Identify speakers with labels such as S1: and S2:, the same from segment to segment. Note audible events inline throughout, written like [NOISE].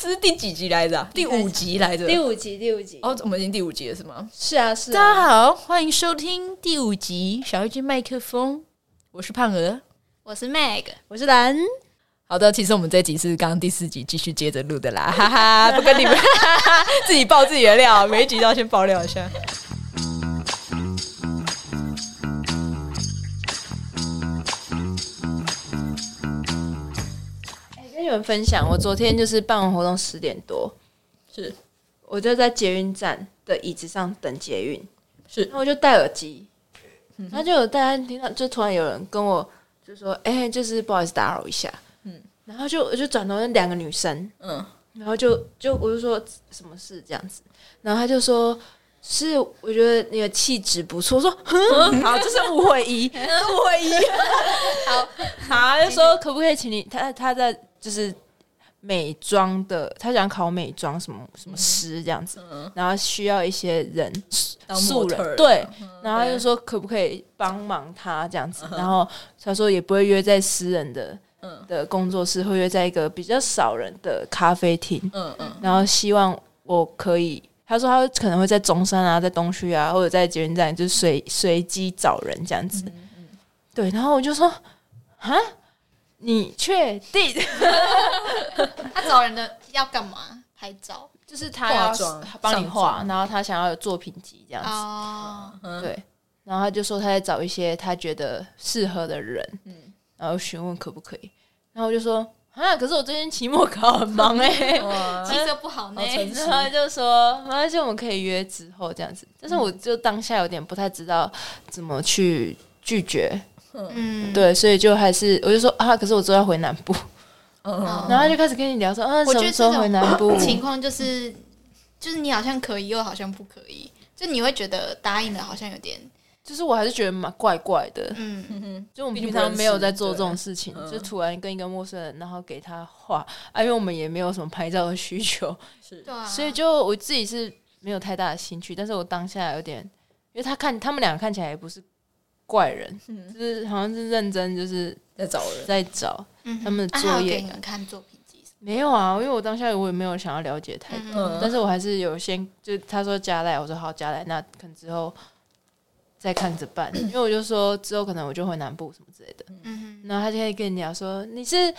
S1: 这是第几集来着啊？第五集来着。
S2: 第五集，第五集，
S1: 哦，我们已经第五集了是吗？
S2: 是啊，是
S1: 大
S2: 啊，
S1: 家好，欢迎收听第五集《小一只麦克风》，我是胖鹅。
S3: 我是 Meg，
S2: 我是兰，
S1: 好的，其实我们这集是刚刚第四集继续接着录的 [LAUGHS] 啦，哈哈，不跟你们 [LAUGHS] 自己爆自己的料，每一集都要先爆料一下。
S2: 哎跟你们分享，我昨天就是办完活动十点多，
S1: 是
S2: 我就在捷运站的椅子上等捷运，
S1: 是
S2: 然后我就戴耳机，然后就有大家听到，就突然有人跟我就说：“哎、就是不好意思打扰一下。”嗯，然后就我就转头那两个女生，
S1: 嗯，
S2: 然后就就我就说什么事这样子，然后他就说。是，我觉得你的气质不错。我说，哼， [LAUGHS] 好，这是误会一，这是误会一。好，好，他就说可不可以请你？他他在就是美妆的，他想考美妆什么什么师这样子，然后需要一些人
S1: 嗯当
S2: 素
S1: 模特儿嗯
S2: 人对，然后他
S1: 对
S2: 就说可不可以帮忙他这样子，然后他说也不会约在私人的
S1: 嗯
S2: 的工作室，会约在一个比较少人的咖啡厅，
S1: 嗯嗯，
S2: 然后希望我可以。他说他可能会在中山啊，在东区啊，或者在捷运站，就随随机找人这样子。对，然后我就说啊，你确定？
S3: 他找人的要干嘛？拍照
S2: [LAUGHS] 就是他
S1: 化
S2: 要
S1: 妆
S2: 帮你
S1: 上
S2: 画，
S1: 妆
S2: 然后他想要有作品集这样子。
S3: 哦，
S2: 对，然后他就说他在找一些他觉得适合的人，嗯，然后询问可不可以，然后我就说啊，可是我最近期末考很忙哎、 [LAUGHS]
S1: 哇
S3: 气色不好呢
S1: 好。诚
S2: 然后他就说没关系，我们可以约之后这样子，但是我就当下有点不太知道怎么去拒绝，
S3: 嗯，
S2: 对，所以就还是我就说啊，可是我之后要回南部，
S1: 嗯，
S2: 然后他就开始跟你聊说，嗯、啊，
S3: 哦
S2: 什
S3: 我
S2: 么
S3: 觉得
S2: 时候
S3: 这
S2: 回南部
S3: [COUGHS] 种？情况就是，就是你好像可以，又好像不可以，就你会觉得答应了好像有点，
S2: 就是我还是觉得蛮怪怪的，
S3: 嗯，
S2: 就我们
S1: 毕竟
S2: 平
S1: 不认
S2: 常没有
S1: 识
S2: 在做这
S1: 对
S2: 种事情，
S1: 嗯
S2: 就突然跟一个陌生人，然后给他画，啊，因为我们也没有什么拍照的需
S1: [LAUGHS]
S2: 求，
S1: 是
S3: 对啊，
S2: 所以就我自己是没有太大的兴趣，但是我当下有点，因为他看他们两个看起来也不是怪人，
S1: 嗯
S2: 就是好像是认真就是
S1: 在找人，
S2: 在找
S3: 嗯哼
S2: 他们的
S3: 啊
S2: 作
S3: 还有
S2: 业
S3: 给你们看作品集什么
S2: 没有啊，因为我当下我也没有想要了解太多，
S1: 嗯
S2: 但是我还是有先就他说加来，我说好加来，那可能之后再看着办，因为我就说之后可能我就回南部什么之类的。
S3: 的，嗯
S2: 然后他就会跟你聊说你是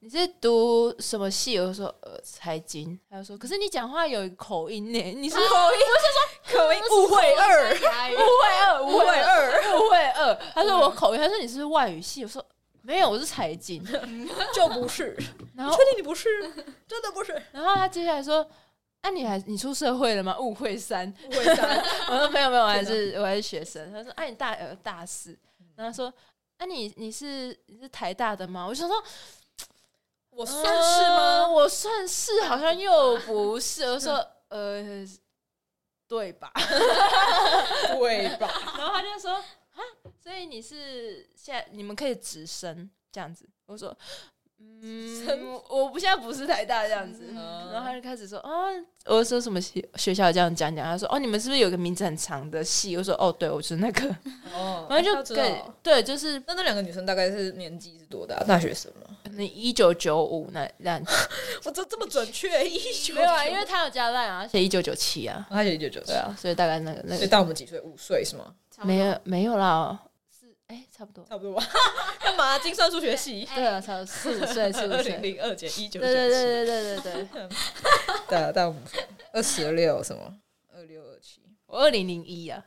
S2: 你是读什么系？我就说呃财经，他就说可是你讲话有一个口音呢，你是误
S1: 可以误会二，
S2: 会二，误
S1: 误会
S2: 二，嗯
S1: 二，
S2: 误会二。他说我口音，他说你是不是外语系，我说没有，我是财经。
S1: 就不是，
S2: 然后
S1: 定你不是？真的不是，
S2: 然后他接下来说。那、你还你出社会了吗？误会三，
S1: 误会三，
S2: 我说没有没有，我还是我还是学生。他说：“哎、你大呃大四。”然后他说：“那、你你是你是台大的吗？”我就想说：“
S1: 我算
S2: 算
S1: 是
S2: 是吗？
S1: 吗？
S2: 呃我算是，好像又不是。我说，呃，对吧？
S1: 对吧？
S2: [LAUGHS] 然后他就说，啊，所以你是现在你们可以直升这样子。我说，嗯，我不现在不是台大这样子。
S1: 嗯
S2: 然后他就开始说，啊，我说什么系学校这样讲讲。他说，哦，你们是不是有个名字很长的系？我说，哦，对，我是那 [LAUGHS] 个。
S1: 哦
S2: 然后就对对，就是
S1: 那那两个女生大概是年纪是多大？大学生吗？
S2: 可能一九九五那那
S1: 我这这么准确，一九
S2: 没有啊，因为他有加赖啊，而且一九九七啊，
S1: 他也就九岁
S2: 对，啊，所以大概那个那
S1: 所
S2: 个
S1: 以大我们几岁？五岁是吗？
S2: 没，有没有啦，是哎、差不多，
S1: 差不 [LAUGHS] 多吧？干嘛？精算数学系，
S2: 对啊，差不多四五岁四
S1: 二
S2: 五
S1: 零
S2: 岁，
S1: 零二减一九
S2: 对
S1: 九
S2: 对
S1: 七，
S2: 对对对对对，
S1: 大大我们二十六什么？二六二七。
S2: 我二零零一啊，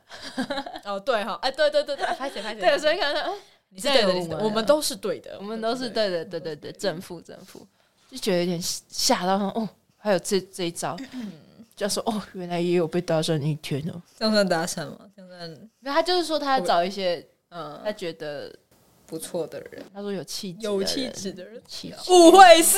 S1: 哦，对哈，哎，对对对对，拍谁拍谁？
S2: 对，所以可能、哎
S1: 你是对的，你是对
S2: 对我
S1: 的
S2: 们
S1: 我们都是对的，
S2: 我们都是对的，对对对，正负正负，就觉得有点吓到，哦，还有这这一招，就说哦，原来也有被搭讪一天哦。
S1: 这样算搭讪吗？这样算
S2: 没有，他就是说他要找一些他
S1: 嗯
S2: 觉得
S1: 不错的人，
S2: 他说有气质的人，
S1: 有气质的人。
S2: 气质，
S1: 误会 [LAUGHS] 是，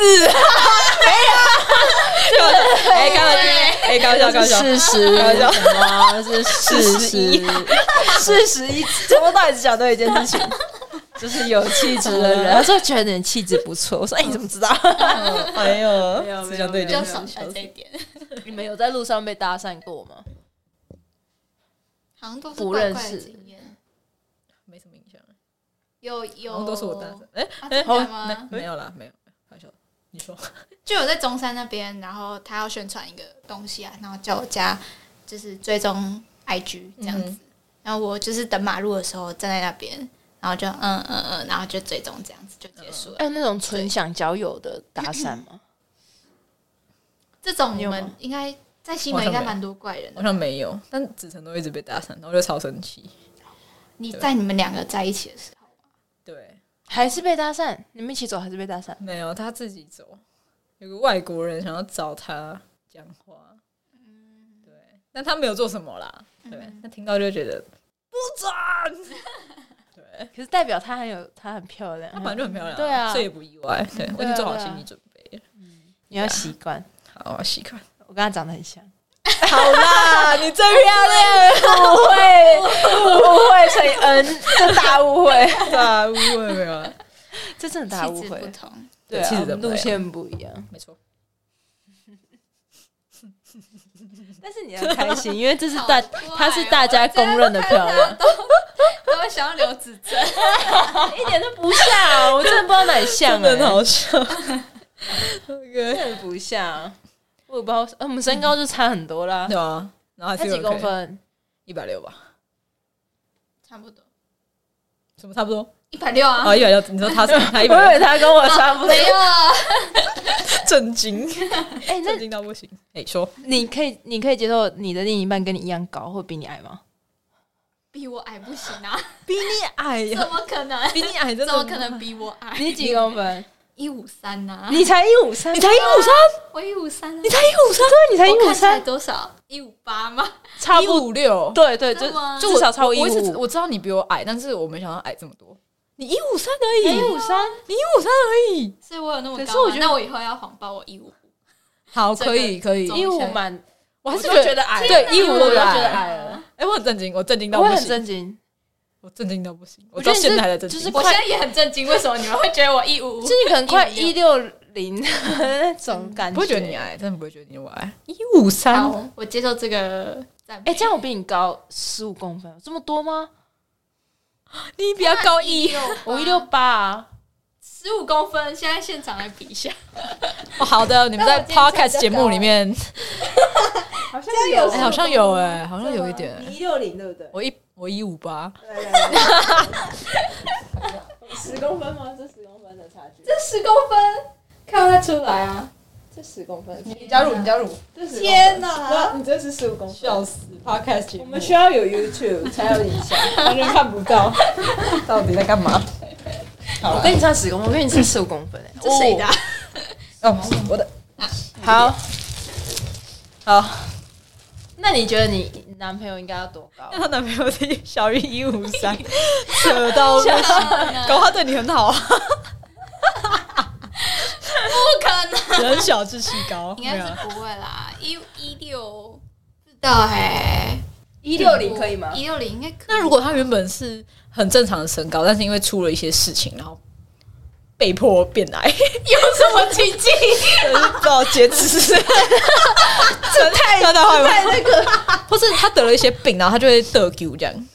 S1: 没有，哎，开玩笑，哎，开玩笑，开玩笑，
S2: 事实，
S1: 开玩笑，
S2: 什么是事实？ [LAUGHS] 事实一，从头到尾只讲对一件事情， [LAUGHS] 就是有气质的 [LAUGHS] 人。他说觉得你气质不错，我说哎、你怎么知道？
S1: 哎呦，
S2: 没有
S1: 只想对
S3: 比
S1: 你
S3: 较
S1: 们
S3: 少
S1: 笑
S3: 的
S1: 死
S3: 这一点，
S2: [LAUGHS] 你们有在路上被搭讪过吗？
S3: 好像都是
S2: 不
S3: 怪
S2: 认
S3: 怪的
S2: 识
S3: 经验。
S1: 没什么印象，
S3: 有
S1: 好
S3: 有，
S1: 像都是我搭讪，哎，
S3: 啊真的吗？
S1: 没有啦，没有，开玩笑，你说
S3: 就有在中山那边，然后他要宣传一个东西啊，然后叫我加就是追踪 IG 这样子，
S1: 嗯
S3: 然后我就是等马路的时候站在那边，然后就嗯嗯嗯，然后就追踪这样子就结束了。
S2: 还有哎那种纯想交友的搭讪吗？
S3: 这种
S1: 你
S3: 我
S1: 有吗
S3: 们应该在西门应该蛮多怪人
S1: 好
S3: 的。
S1: 像没有，但子晨都一直被搭讪，然后我就超生气。
S3: 你在你们两个在一起的时候，
S1: 对，
S2: 还是被搭讪？你们一起走还是被搭讪？
S1: 没有他自己走，有个外国人想要找他讲话，对，但他没有做什么啦，对
S3: 嗯，
S1: 他听到就觉得不准，对。
S2: 可是代表她很有，她很漂亮，
S1: 她本来就很漂亮啊，
S2: 对啊
S1: 所以也不意外。对啊我已经做好心理准备了。
S2: 你要习惯。
S1: 好，我习惯。
S2: 我跟她长得很像，
S1: 好啦，你最漂亮，
S2: 误会，误会乘以 n，这大误会，
S1: 大误会没有啊？
S2: [LAUGHS] 这真的大误
S3: 气质不
S2: 会。
S3: 同，
S2: 对
S1: 气
S2: 啊，
S1: 质
S2: 我
S1: 的
S2: 们路线不一样，
S1: 没错，
S2: 但是你要开心，因为这是
S3: 好
S2: 大，
S3: 怪哦
S2: 她是大家公认的
S3: [LAUGHS]
S2: 漂亮，
S3: 我会啊想要留指针，
S2: 一点都不像， [LAUGHS] 我真的不知道哪里像，
S1: 真的很
S2: 哎
S1: 好笑。OK，
S2: 真的不像。我也不知道，呃我们身高就差很多 [LAUGHS] 啦
S1: 对。啊，然后还
S2: 她
S1: 是有
S2: 几
S1: 人
S2: 公
S1: 可以？
S2: 分？
S1: 一百六吧？
S3: 差不多
S1: 什么差不多？
S3: 一百六啊
S1: 啊，，一百六，你说他是他 [LAUGHS]
S2: 我以
S1: 一百
S2: [LAUGHS]
S1: 六，
S2: 为她跟我哦差不多。
S3: 没有啊，
S1: 震惊，
S2: 哎，
S1: [LAUGHS]
S2: 那 [LAUGHS]
S1: 震惊到不行。哎，说
S2: 你可以，你可以接受你的另一半跟你一样高，或比你矮吗？
S3: 比我矮不行啊，
S1: 比你矮
S3: 怎
S1: 呀，
S3: 么可能？
S1: 比你矮真的
S3: 怎么可能比我矮？
S2: 你几公分？
S3: 一五三呐？
S2: [LAUGHS] 你才一五三，
S1: 你才一五三，
S3: 我一五三，啊
S1: 你才一五三，
S2: 你才一
S3: 我
S2: 五
S3: 看起来
S2: 三，
S3: 多少？一五八吗？
S2: 差
S1: 一
S2: 不多。
S1: 五六。
S2: 对对，就
S3: 真的吗
S2: 就至少超过一
S1: 我一直
S2: 五，
S1: 我知道你比我矮，但是我没想到矮这么多。你一五三而已，
S2: 一五三。
S1: 你一五三而已。
S3: 所以我有那么高吗？
S2: 可是我觉得
S3: 那我以后要谎报我一五五，
S1: 好，
S3: 这个
S1: 可以可以，
S3: 中
S2: 一五蛮，
S1: 我还是
S2: 我就觉得矮
S1: 对
S2: 天
S1: 一五
S2: 哪我就
S1: 都
S2: 觉得
S1: 矮了。哎，我很震惊，我震惊到
S2: 我
S1: 不
S2: 会很
S1: 行，
S2: 震惊。
S1: 我震惊到不行，我
S2: 觉
S1: 到
S2: 得你是
S1: 现在还在震
S2: 就
S1: 惊
S2: 是。
S3: 我
S2: 快
S3: 现在也很震惊，为什么你们会觉得我一五五
S2: 就？你可能快一
S3: 156
S2: 六零那种感觉，
S1: 不会觉得你。啊矮，真的不会觉得你我矮。一五三，
S3: 好，我接受这个赞美。
S2: 哎，这样我比你高十五公分，这么多吗？
S1: 你比较高一，
S3: 一，
S2: 我一六八啊，
S3: 十五公分，现在现场来比一下。
S1: 哦好的，你们在
S3: 但我今天
S1: podcast 节目里面，
S2: 好像
S4: 有
S1: [LAUGHS] 哎，好像有哎，好像有一点。
S4: 你一六零对不对？
S1: 我一我一五八，
S4: 十公分吗？这十公分的差距，
S3: 这十公分看不太出来啊！
S4: 这十公分，
S1: 你加入你加入，
S4: 这十
S3: 天
S4: 哇，
S3: 哪，
S4: 你这是十五公分。
S1: 笑死！podcast 节目
S4: 我们需要有 YouTube 才有影响。
S1: 完全看不 [LAUGHS] 到，到底在干嘛？好
S2: 我
S1: 了，
S2: 跟你差十公分，我跟你差十五公分哎，
S3: 这谁的啊？
S1: 哦，我的
S2: 好，
S1: 好。
S2: 那你觉得你男朋友应该要多高？
S1: 她男朋友是小于一五三， [LAUGHS] 扯到不行，搞他对你很好 [LAUGHS] 啊，
S3: 不可能，
S1: 人小志气高，
S3: 应该
S1: 没有啊
S3: 是不会啦，一一六不知道哎，
S2: 一
S3: 一六零应该可以。
S1: 那如果他原本是很正常的身高，但是因为出了一些事情，然后被迫变 [LAUGHS] 矮，
S3: 有什么奇迹？
S1: 不知道截肢，这太那他会太那个，或是他得了一些病，然后他就会得丢这样，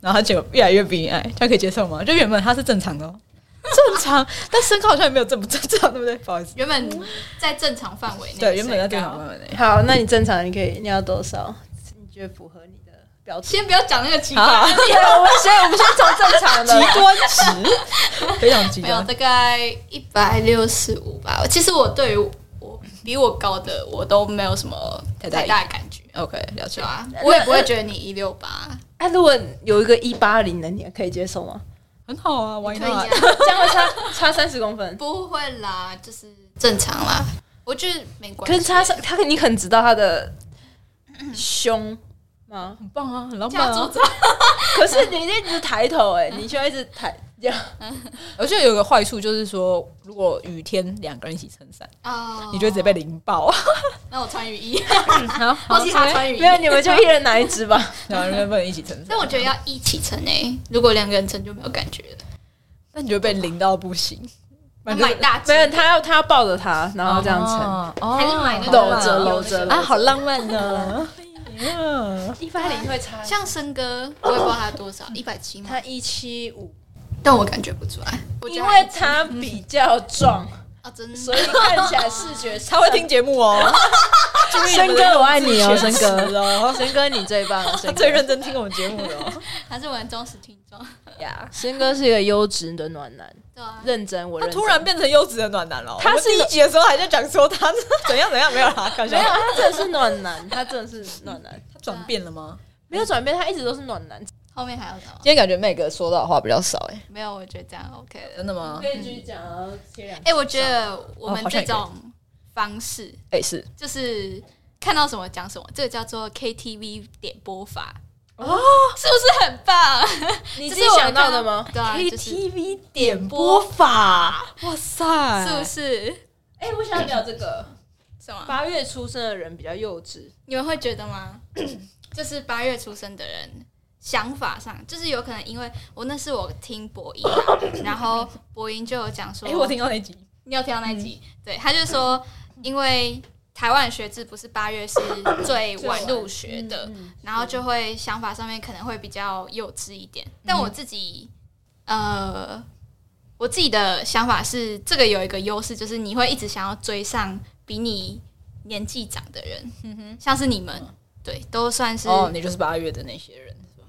S1: 然后他就越来越比你矮，他可以接受吗？就原本他是正常的、哦，正常，但身高好像也没有正不正常，对不对？不好意思，
S3: 原本在正常范围内，
S1: 对，原本在正常。范围内。
S2: 好，那你正常你可以你要多少？你觉得符合你的标准？
S3: 先不要讲那个奇怪，
S1: 好好
S2: 对， [LAUGHS] 我们先我们先从正常
S1: 极端值，非常极
S3: 没有
S1: 端。
S3: 大概一百六十五吧。其实我对于我比我高的，我都没有什么
S1: 太
S3: 太
S1: 大
S3: 大的感觉，
S1: OK，了
S3: 对
S1: 解。
S3: 啊，我也不会觉得你一六八，
S2: 哎、如果有一个一八零的，你还可以接受吗？
S1: 很好啊，Why
S3: 可以
S1: not？
S3: 这样，
S2: 这样会 [LAUGHS] 差差三十公分，
S3: 不会啦，就是正常啦。我觉得没关
S2: 可
S3: 系，
S2: 是差三，他你很知道他的胸吗？ [LAUGHS]
S1: 很棒啊，很浪漫
S3: 叫
S1: 啊
S3: 做。
S2: 可是你一直抬头、哎，你需要一直抬，这 [LAUGHS] 样
S1: 而且有个坏处就是说，如果雨天两个人一起撑伞，
S3: 哦，
S1: 你就会直接被淋 [LAUGHS] 爆。啊
S3: 那我穿雨衣，
S1: 然后
S3: [LAUGHS] 我记他穿雨衣
S2: 没，有你们就一人拿一只 [LAUGHS] 吧。
S1: 两个人不能一起撑伞
S3: 但，我觉得要一起撑诶，如果两个人撑就没有感觉了。
S1: 那你就被淋到不行。
S3: 那买大只
S2: 没有，他要他要抱着他，然后这样撑。
S1: 哦，哦
S3: 还是买那个
S2: 搂着搂着
S1: 啊，好浪漫啊呢。Yeah
S2: 一八零会差
S3: 像森哥，我也不知道他多少，一百七吗？
S2: 他一七五，
S3: 但我感觉不出来，我觉
S2: 因
S3: 得
S2: 为他
S3: 他
S2: 比较壮， [LAUGHS]
S3: 175哦，真 [LAUGHS]
S5: 所以看起来视觉
S1: [LAUGHS] 他会听节目哦， [LAUGHS]
S2: 森哥我爱你哦，森 [LAUGHS] 哥，
S1: 哥，
S2: 森哥你最棒了，森
S1: 他
S2: [LAUGHS] 哥
S1: 最，认真听我们节目的哦。
S3: 他是我的忠实听众。
S1: 呀，
S2: 森哥是一个优质的暖男，
S3: 对啊，
S2: 认真我
S1: 他
S2: 认真
S1: 突然变成优质的暖男了哦。
S2: 他
S1: 我们
S2: 是一
S1: 第一集的时候还在讲说他 [LAUGHS] 怎样怎样，没有啦，搞
S2: 没有，
S1: 笑。
S2: 他真的是暖 [LAUGHS] 男，他真的是暖男，
S1: 他转变了吗？
S2: 没有转变，他一直都是暖男。
S3: 后面还有什么？
S1: 今天感觉 Meg 说到的话比较少哎，
S3: 没有，我觉得这样 OK 的。
S1: 真的吗？
S5: 可以继续讲啊，切两
S3: 哎、我觉得我们
S1: 哦好像
S3: 这
S1: 有
S3: 种方式，
S1: 哎，是
S3: 就是看到什么讲什么，这个叫做 KTV 点播法。哦，是不是很棒？
S2: 你
S3: 你
S2: 自己想到的吗？
S3: 对啊，就是
S1: ？KTV 点播法，哇塞，
S3: 是不是
S2: 哎，我想聊这个
S3: 什么？
S2: 八月出生的人比较幼稚，
S3: 你们会觉得吗？ [CLEARS THROAT] 就是八月出生的人，想法上就是有可能，因为我那是我听播音啊，然后播音就有讲说，
S1: 哎，我听到那集，
S3: 你有听到那集？对，他就说，因为台湾的学制不是八月是最晚入学的，
S1: 嗯
S3: 然后就会想法上面可能会比较幼稚一点。但我自己，呃，我自己的想法是，这个有一个优势，就是你会一直想要追上比你年纪长的人，像是你们，对，都算是。
S1: 哦，你就是八月的那些人是吧？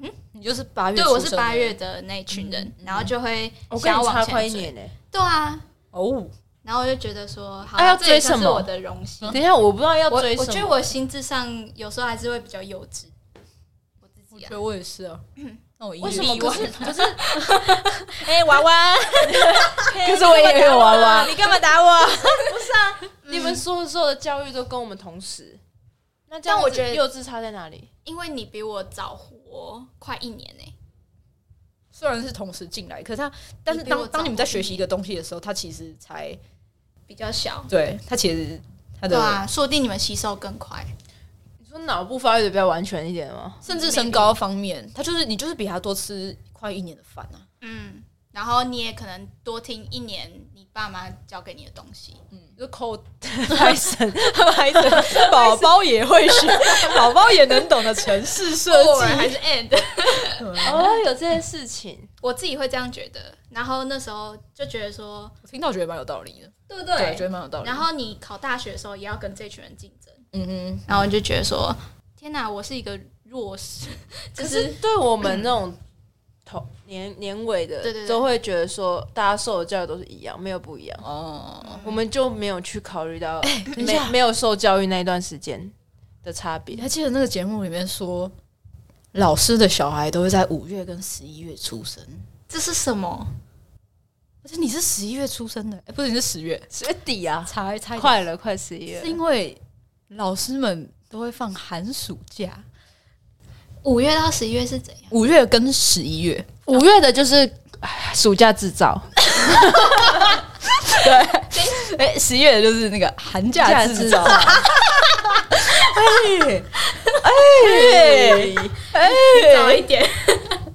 S1: 嗯，你就是八月，
S3: 对，我是八月的那一群人，然后就会
S2: 我跟
S3: 想要
S2: 你
S3: 往
S2: 差快
S3: 前
S2: 一
S3: 追。
S2: 年呢。欸
S3: 对啊，
S1: 哦，
S3: 然后我就觉得说，好，
S2: 啊要
S3: 这也
S2: 追
S3: 算
S2: 什
S3: 是
S2: 么
S3: 我的荣幸。
S2: 等一下，我不知道要
S3: 我
S2: 追什么。
S3: 我觉得我心智上有时候还是会比较幼稚，我自
S1: 我
S3: 己
S1: 觉
S3: 啊，
S1: 得我也是啊。那我一
S2: 为什
S1: 月
S2: 么不是不是？
S1: 哎，娃娃，
S2: [LAUGHS] 可是我也有娃娃。啊
S1: 你干嘛打
S2: [LAUGHS]
S1: 我？
S2: 你们所有所有的教育都跟我们同时，那这
S3: 但
S2: 样
S3: 我
S2: 子
S3: 觉得
S2: 幼稚差在哪里？
S3: 因为你比我早活快一年欸呢、
S1: 虽然是同时进来，可是他，但是
S3: 你比我
S1: 当
S3: 早
S1: 当你们在学习一个东西的时候，他其实才
S3: 比较小，
S1: 对他其实他
S3: 对
S1: 的
S3: 啊，说不定你们吸收更快，
S2: 你说脑部发育的比较完全一点 [LAUGHS] 吗？
S1: 甚至身高方面，他就是你就是比他多吃快一年的饭啊。
S3: 嗯，然后你也可能多听一年你爸妈教给你的东西，
S1: 嗯
S2: 就抠
S1: 泰森，泰森， [LAUGHS] 宝宝也会 [LAUGHS] 学，宝宝也能懂得城市设
S3: 偶
S1: [LAUGHS]
S3: 尔还
S1: 计。
S3: 是 and，
S2: 哦，有这件事情，
S3: [LAUGHS] 我自己会这样觉得，然后那时候就觉得说，
S1: 我听到觉得蛮有道理的，
S3: 对不
S1: 对，觉得蛮有道理的。
S3: 然后你考大学的时候也要跟这群人竞争，
S1: 嗯哼，
S3: 然后你就觉得说，天哪，我是一个弱势，就
S2: 可
S3: 是
S2: 是对我们那种同年年尾的，
S3: 对对对
S2: 都会觉得说大家受的教育都是一样，没有不一样，
S1: 哦，
S2: 我们就没有去考虑到
S1: 等一
S2: 没
S1: 下
S2: 没有受教育那一段时间的差别
S1: 你。还记得那个节目里面说，老师的小孩都会在五月跟十一月出生，
S3: 这是什么？
S1: 而且你是十一月出生的，哎，不是你是十月，
S2: 十月底啊，
S1: 差差一点
S2: 快了，快十一月了
S1: 是。因为老师们都会放寒暑假，
S3: 五月到十一月是怎样？
S1: 五月跟十一月，
S2: 五月的就是唉暑假制造，
S1: 哎，十一月就是那个寒假制造。哎哎
S3: 早一点，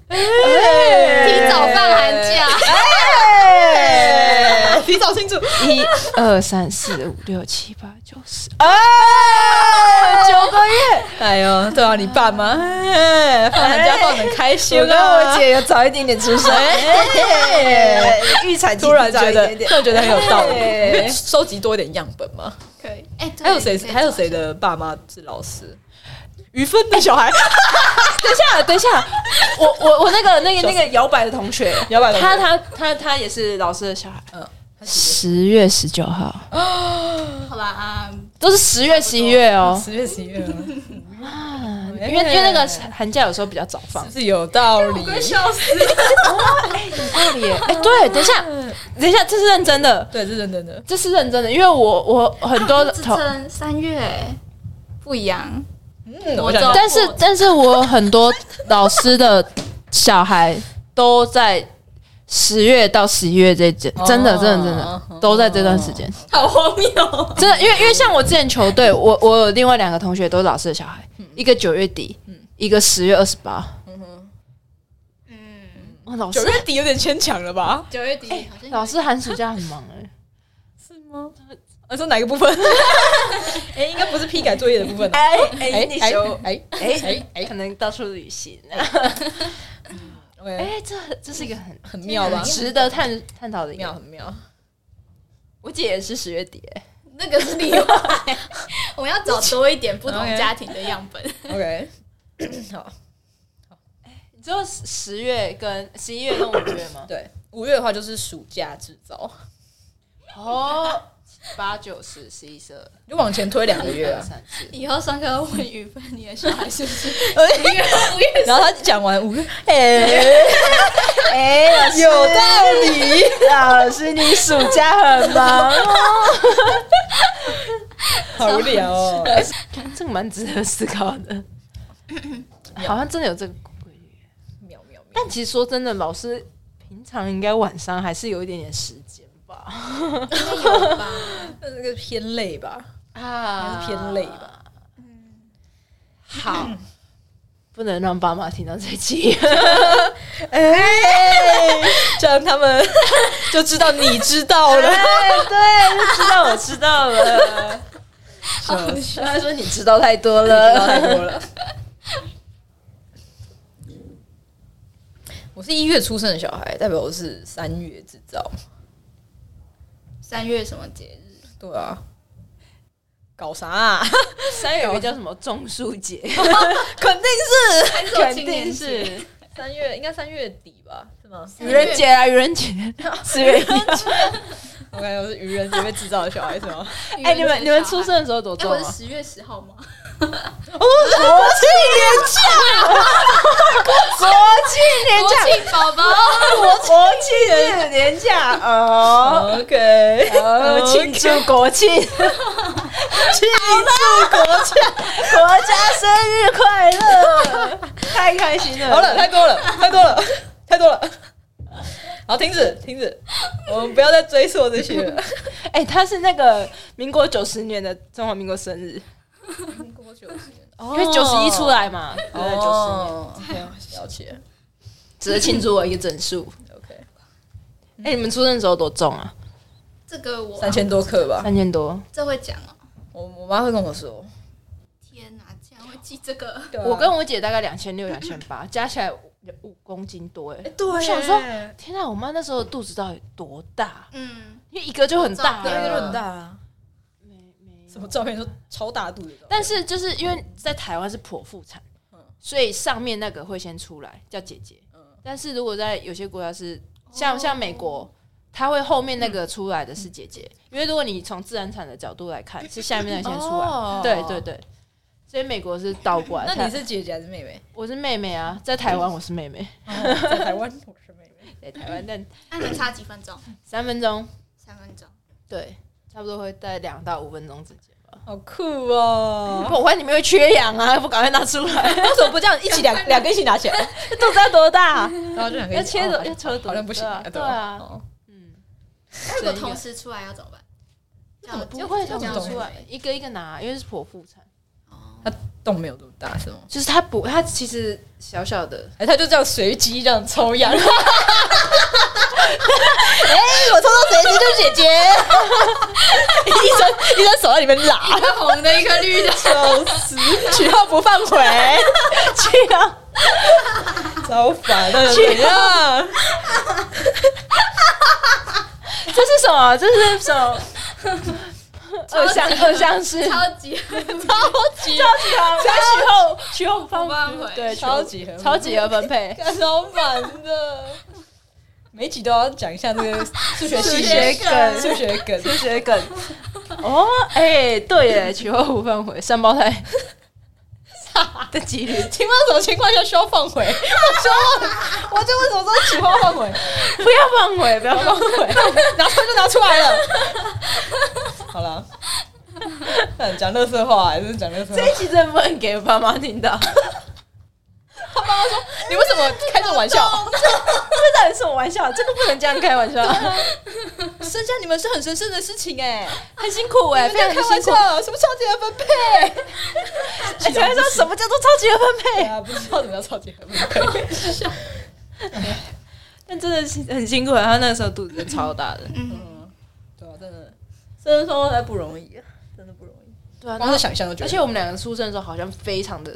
S3: 提
S1: 哎！
S3: 早放寒假。
S1: 哎，提早庆祝！ [LAUGHS]
S2: 一二三四五六七八九十，
S1: 哎，九个月！哎呦，对啊，你爸妈哎放寒假放的开心
S5: 我跟
S1: 啊！
S5: 我姐有早一点点出生，
S1: 哎
S5: 预产期
S1: 突然
S5: 早
S1: 觉
S5: 一
S1: 得，
S5: 点点
S1: 突然觉得很有道理，
S5: 哎
S1: 你可以收集多一点样本嘛。
S3: 可以，哎、对
S1: 还有谁？还有？谁的爸妈是老师？于芬的小孩，
S2: 等一下，等一下，我我我那个那个那个摇摆的同学，
S1: 摇摆同学
S2: 他他他他也是老师的小孩。
S1: 嗯
S2: 十月十九号
S3: 可以做好吧啊，
S2: 都是十月十一月哦，
S1: [LAUGHS] 十月十一月啊，
S2: 因为因为那个寒假有时候比较早放
S1: 是。不是有道理？
S2: 道理耶，哎，对，等一下，等一下，这是认真的，
S1: 对，是认真的。
S2: 这是认真的，因为我我很
S1: 啊
S2: 多的
S3: 之
S2: 同
S3: 前三月不一样，
S1: 嗯，我想
S3: 想知道
S2: 但是
S3: 过
S2: 但是我很多老师的小孩都在十月到十一月这间，真的真的真的都在这段时间，
S3: 好荒谬、哦！
S2: 真的，因为因为像我之前球队，我我有另外两个同学都是老师的小孩，一个九月底，一个十月二十八，
S3: 嗯，
S2: 哇，老师
S1: 九月底有点牵强了吧？
S3: 九月底好像有
S2: 老师寒暑假很忙哎，
S1: 是吗？啊，说哪个部分？哎，应该不是批改作业的部分啊。
S2: 哎
S1: 哎
S2: 哎
S1: 哎
S2: 修
S1: 哎
S2: 哎
S1: 哎哎
S2: 可能到处旅行，
S1: ，OK，
S2: 哎，这这是一个很
S1: 很妙吧？
S2: 值得探探讨的一
S1: 妙
S2: 个，
S1: 很妙。
S2: 我我姐也是十月底、欸，
S3: 那个是例外，我们要找多一点不同家庭的样本。
S5: OK，好，
S2: 你知道十十月跟十一月跟五月吗？
S5: 对，五月的话就是暑假制造，
S2: 哦，八九十十一十二，
S5: 就往前推两个
S2: [LAUGHS]
S5: 月啊。
S2: 三四，
S3: 以后上课要问语文，你的小孩是不是？ [LAUGHS]
S5: 然后他讲完五月，哎、
S1: 哎、
S5: 有道理。
S1: 老师，你暑假很忙哦。
S5: 好无聊哦。
S2: [LAUGHS]
S1: [LAUGHS]
S2: 这个蛮值得思考 [COUGHS] 的，好像真的有这个规律。
S5: 秒秒秒，
S2: 但其实说真的，老师平常应该晚上还是有一点点时间吧？
S3: 应该有吧？
S5: 那这个偏累吧？
S2: 啊
S5: 还是偏累吧？
S2: 好，不能让爸妈听到这期。 [LAUGHS]
S5: 哎、这样他
S2: [LAUGHS]
S5: 们就知道你知道了。
S2: 哎对，就知道我知道了。
S1: 他说你知道太多了，
S5: 太多了。我是一月出生的小孩，代表我是三月制造。
S3: 三月什么节日？
S5: 对啊，搞啥、啊？
S2: 三月有个叫什么种树 [LAUGHS] 节，
S5: 肯定是
S3: 还是我
S2: 肯
S3: 青年
S2: 定
S3: 节？
S2: 是
S5: [LAUGHS] 三月，应该三月底吧？是吗？
S2: 愚人节啊，愚人 [LAUGHS] 节，四月一。
S5: 我感觉我是愚人节被制造的小孩，是 [LAUGHS] 吗？
S3: 愚人节
S2: 哎，你们你们出生
S3: 小孩？
S2: 的时候多
S3: 哎，
S2: 重
S3: 我是
S2: 啊？
S3: 十月十号吗？
S5: 哦，
S2: 哎
S5: 国庆
S2: 啊 [LAUGHS] 国庆
S3: 国庆宝宝，
S1: 国庆日年假哦，
S5: 年假，OK，
S2: 呃，庆祝
S1: [LAUGHS]
S2: 国庆，
S1: 庆祝国家国家生日快乐， [LAUGHS] 太开心了。
S5: 好了，太多了，太多了，太多了。 [LAUGHS] 好，停止，停止，我们不要再追溯这些 [LAUGHS] 了。
S2: 哎、他是那个民国九十年的中华民国生日，
S5: 因
S2: 因为九十一出来嘛，对不对，九十年，
S5: 哦，了解
S2: 值得庆祝我一个整数。
S5: ，OK，
S2: 哎、
S1: 嗯
S2: 你们出生的时候多重啊？
S3: 这个我
S5: 三千多克吧。
S2: 三千多。
S3: 这会讲哦。
S5: 我我妈会跟我说，
S3: 天哪，竟然会记这个？
S5: 啊
S2: 我跟我姐大概两千六、两千八，加起来五五公斤多哎、
S5: 对
S2: 我想说，天啊，我妈那时候肚子到底多大？
S3: 嗯，
S2: 因为一个就很大，
S3: 对一个就很
S5: 大啊，
S2: 没没
S5: 什么照片都超大肚的照片，
S2: 但是就是因为在台湾是剖腹产
S5: 嗯，
S2: 所以上面那个会先出来叫姐姐
S5: 嗯。
S2: 但是如果在有些国家是
S3: 哦
S2: 像像美国，它会后面那个出来的是姐姐，因为如果你从自然产的角度来看，是下面那个先出来。
S5: 哦
S2: 对对。对，所以美国是倒过来。
S5: 那你
S2: 它
S5: 是姐姐还是妹妹？
S2: 我是妹妹啊，在台湾我是妹妹， [LAUGHS]
S5: 哦在台湾我是妹妹，
S2: 在台湾但
S3: 那你差几分钟？
S2: 三分钟，
S3: 三分钟。
S2: 对，差不多会在两到五分钟之间吧。
S5: 好酷
S2: [LAUGHS]
S5: 哦！
S2: 我怀里面会缺氧啊， [LAUGHS] 不赶快拿出来？
S5: 为什么不这样一起 [LAUGHS] 两两个一起拿起来？
S2: 肚子要多大？
S5: 然后就两个
S2: 要
S5: 一起
S2: 切
S5: 哦
S2: 的要抽的，
S5: 好像不行
S2: 对啊，
S5: 对
S2: 对啊，
S5: 哦
S2: 嗯。
S3: 如果同时出来要怎么办？这样
S2: 就会这
S5: 这
S2: 样
S5: 样懂
S2: 出来，一个一个拿，因为是剖腹产，
S3: 哦
S5: 它洞没有多大是吗？
S2: 就是它不，它其实小小的，
S5: 哎，他就这样随机这样抽 [LAUGHS] 样。哎，我抽到谁谁就是 [LAUGHS] 姐姐。医生，医生手在里面拉，
S3: 一个红的，一个绿的，
S5: 笑死！取号不放回，
S2: 这样
S5: [LAUGHS] 超烦的，怎样？
S2: 这是什么？这是什么？ [LAUGHS] 二项二项是
S3: 超
S2: [LAUGHS]
S3: 级
S5: 超级
S2: 取后取后不
S3: 不放回
S2: 对，
S5: 超级合
S2: 超级额分配，
S5: 超烦的。每集都要讲一下这个数学细
S3: 数学
S5: 节
S3: 梗
S5: 数学梗。
S2: 数学梗。哦，哎，对耶，取后不放回，三胞 [LAUGHS] 胎的几率
S5: 请问什么情况下需要放回？我说我这为什么说喜欢放回？
S2: 不要放回，不要放回。
S5: [LAUGHS] 拿出来就拿出来了。好了，讲乐色话还是讲乐色话
S2: [LAUGHS] 这？一期真的不能给爸妈听 [LAUGHS] 到，
S5: 你为什么开这种玩笑？
S2: 这到底是什么玩笑？这个不能这样开玩笑。
S5: 生下你们是很神圣的事情哎、
S2: 很辛苦哎、
S5: 你
S2: 非常
S5: 们在开玩
S2: 辛苦。
S5: 笑，什么超级二分配？
S2: 你才会说什么叫做超级二分配？
S5: 啊，不知道什么叫超级二分配。
S2: [LAUGHS] 但真的是很辛苦、啊，他那个时候肚子超大的。
S5: 嗯，对啊，真的，生双胞胎不容易，啊真的不容易。
S2: 对啊，
S5: 光是想象就觉得，
S2: 而且我们两个出生的时候好像非常的，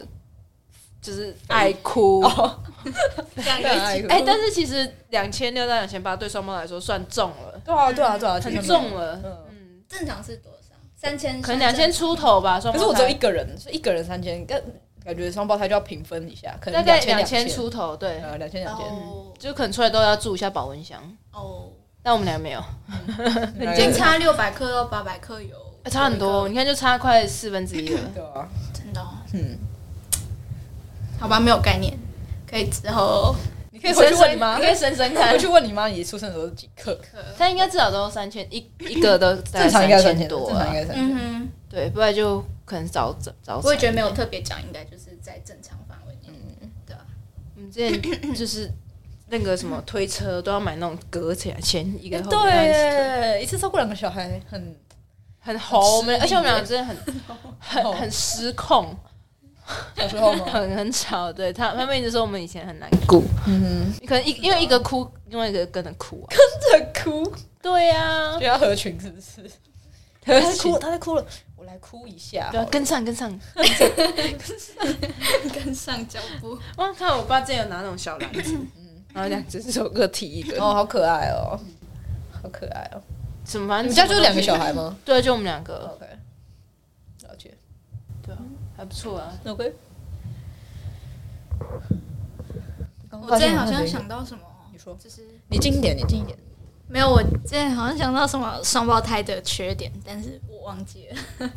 S2: 就是爱哭。哦
S5: 哦
S2: 哎
S3: 这样一
S5: 非常爱
S3: 起
S5: 哭
S2: 哎、但是其实两千六到两千八对双胞来说算重了，
S1: 对啊，对啊，对啊，
S2: 很
S1: 就是
S2: 重了，
S1: 嗯，
S2: 嗯，
S3: 正常是多少？三千，
S2: 可能两千出头吧，双
S5: 可
S2: 胞胎
S5: 是我只有一个人，所以一个人三千，跟感觉双胞胎就要平分一下，可
S2: 大
S5: 能
S2: 概
S5: 两
S2: 两千，嗯出头，对，
S5: 呃，两千两千，
S3: 哦
S2: 就可能出来都要住一下保温箱，
S3: 哦，
S2: 但我们俩没有，
S5: 很
S3: 已经差六百克到八百克有，
S2: 哎差很多，你看就差快四分之一了。
S5: 对啊，
S3: 真的哦。
S5: 嗯，
S3: 好吧，没有概念，可以之后
S5: 你可以回去问你
S2: 深
S5: 妈，
S2: 深你可以深深看 [LAUGHS]
S5: 回去问你妈，你出生的时候是几克？
S2: 他应该至少都三千一一个
S5: [LAUGHS]
S2: 都大概
S5: 正常应该三
S2: 千
S5: 多，
S2: 多
S5: 正常应
S2: 啊，
S5: 该三
S3: 嗯
S5: 千。
S3: 哼，
S2: 对，不然就可能早早早产。
S3: 我也觉得没有特别讲，应该就是在正常范围内。
S2: 嗯我们之前嗯就是那个什么推车都要买那种隔起来前一个后面
S5: 哎对
S2: 这样子
S5: 耶，一次照顾两个小孩很
S2: 很红，我
S5: 很吃
S2: 们
S5: 力
S2: 而且我们俩真
S5: [LAUGHS]
S2: 的很很很失控，
S5: 小时候 [LAUGHS] 吗？
S2: 很很吵。对他他们一直说我们以前很难顾，
S5: 嗯，
S2: 可能一因为一个哭，另外一个跟着哭啊。
S5: 真的哭，
S2: 对呀
S5: 就，要合群是不是？
S2: 合
S5: 他在
S2: 群
S5: 哭， [LAUGHS] 他在哭了，我来哭一下好
S2: 对啊
S5: 了。，
S2: 跟上跟上。
S3: 跟上脚步，
S2: 哇，看我爸之前有拿那种小篮子，
S5: 嗯
S2: 然后两只手各提一个，
S5: [LAUGHS] 哦，好可爱哦，好可爱哦。
S2: 什么反
S5: 你
S2: 正
S5: 们家就
S2: 什
S5: 是
S2: 么
S5: 两
S2: 东西
S5: 个小孩吗
S2: 对，就我们两个，
S5: ？OK，了解。
S2: 对啊，还不错啊。
S5: OK。
S3: 我之前好像想到什么哦，
S5: 你说
S3: 就是
S5: 你近一点，你近一点。
S3: 没有，我之前好像想到什么双胞胎的缺点，但是我忘记了。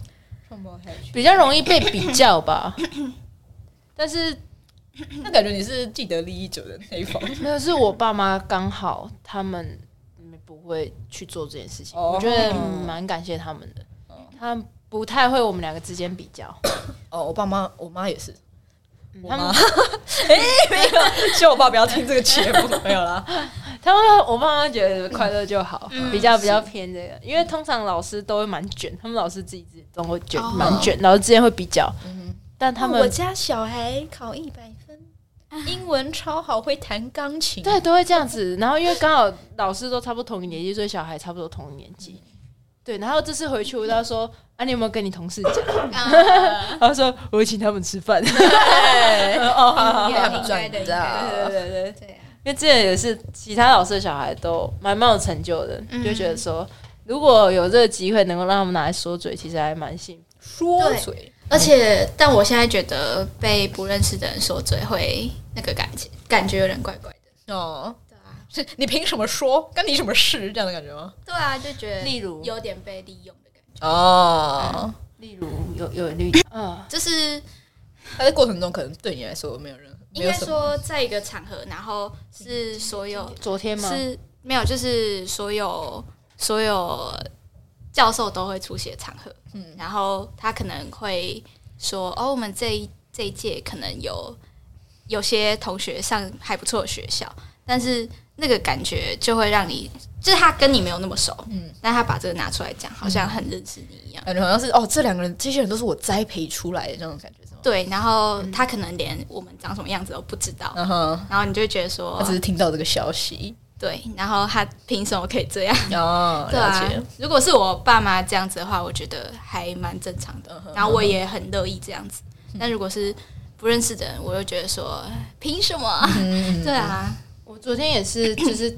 S5: 双胞胎
S2: 比较容易被比较
S5: [COUGHS]
S2: 吧。但是
S5: 那感觉你是既得利益者的那一方。 [LAUGHS]
S2: 没有，是我爸妈刚好他们不会去做这件事情，
S5: 哦嗯
S2: 我觉得嗯蛮感谢他们的，他们不太会我们两个之间比较，
S5: 哦，我爸妈，我妈也是。
S2: 嗯
S5: 我
S2: 他
S5: 妈
S2: 们，
S5: 哎，没有，希望我爸不要听这个节目，没有啦。
S2: 他们我爸妈觉得快乐就好，
S3: 嗯
S2: 比较比较偏这个，因为通常老师都会蛮卷，他们老师自己自己都会卷
S3: 哦
S2: 蛮卷，老师之间会比较，
S5: 嗯
S2: 但他
S3: [LAUGHS]
S2: 们
S5: 家小孩考一百分，英文超好，会弹钢琴
S2: 对都会这样子，然后因为刚好老师都差不多同一年纪，所以小孩差不多同一年纪。对，然后这次回去，我就要说：“啊，你有没有跟你同事讲？” [LAUGHS]
S3: [LAUGHS] 啊
S2: 他说我会请他们吃饭。 [LAUGHS] 对 [LAUGHS]
S5: 哦，好好
S3: 应
S5: 好，
S3: 该
S5: 很赚
S3: 的应该的
S5: 的。
S2: 对对，
S3: 对啊，
S2: 因为之前也是其他老师的小孩都蛮蛮有成就的，
S3: 嗯
S2: 就觉得说如果有这个机会能够让他们拿来说嘴，其实还蛮幸福。
S5: 说
S3: 对
S5: 嘴，
S3: 而且但我现在觉得被不认识的人说嘴会那个感觉，感觉有点怪怪的。
S5: 哦，
S3: 对啊，
S5: 是你凭什么说？干你什么事？这样的感觉吗？
S3: 对啊，就觉得
S2: 例如
S3: 有点被利用的感觉，
S5: 哦，
S2: 例如有有例，嗯，
S3: 就是
S5: 他在过程中可能对你来说没有任何，
S3: 应
S5: 没有
S3: 该
S5: 什么
S3: 说在一个场合，然后是所有
S2: 昨天吗？
S3: 是没有，就是所有所有教授都会出席的场合，嗯，然后他可能会说，哦，我们这一这一届可能有有些同学上还不错的学校，但是那个感觉就会让你，就是他跟你没有那么熟，嗯
S5: 嗯，
S3: 但他把这个拿出来讲，好像很认识你一样。
S5: 感觉好像是哦，这两个人，这些人都是我栽培出来的这种感觉是吗？
S3: 对，然后他可能连我们长什么样子都不知道，
S5: 然后
S3: 然后你就会觉得说
S5: 嗯他，只是听到这个消息
S3: 对，然后他凭什么可以这样？
S5: 哦，
S3: 对
S5: 了
S3: 啊
S5: 解。，
S3: 如果是我爸妈这样子的话，我觉得还蛮正常的，然后我也很乐意这样子。但如果是不认识的人，我就觉得说，凭什么？对啊，
S2: 我昨天也是， [CLEARS THROAT] 就是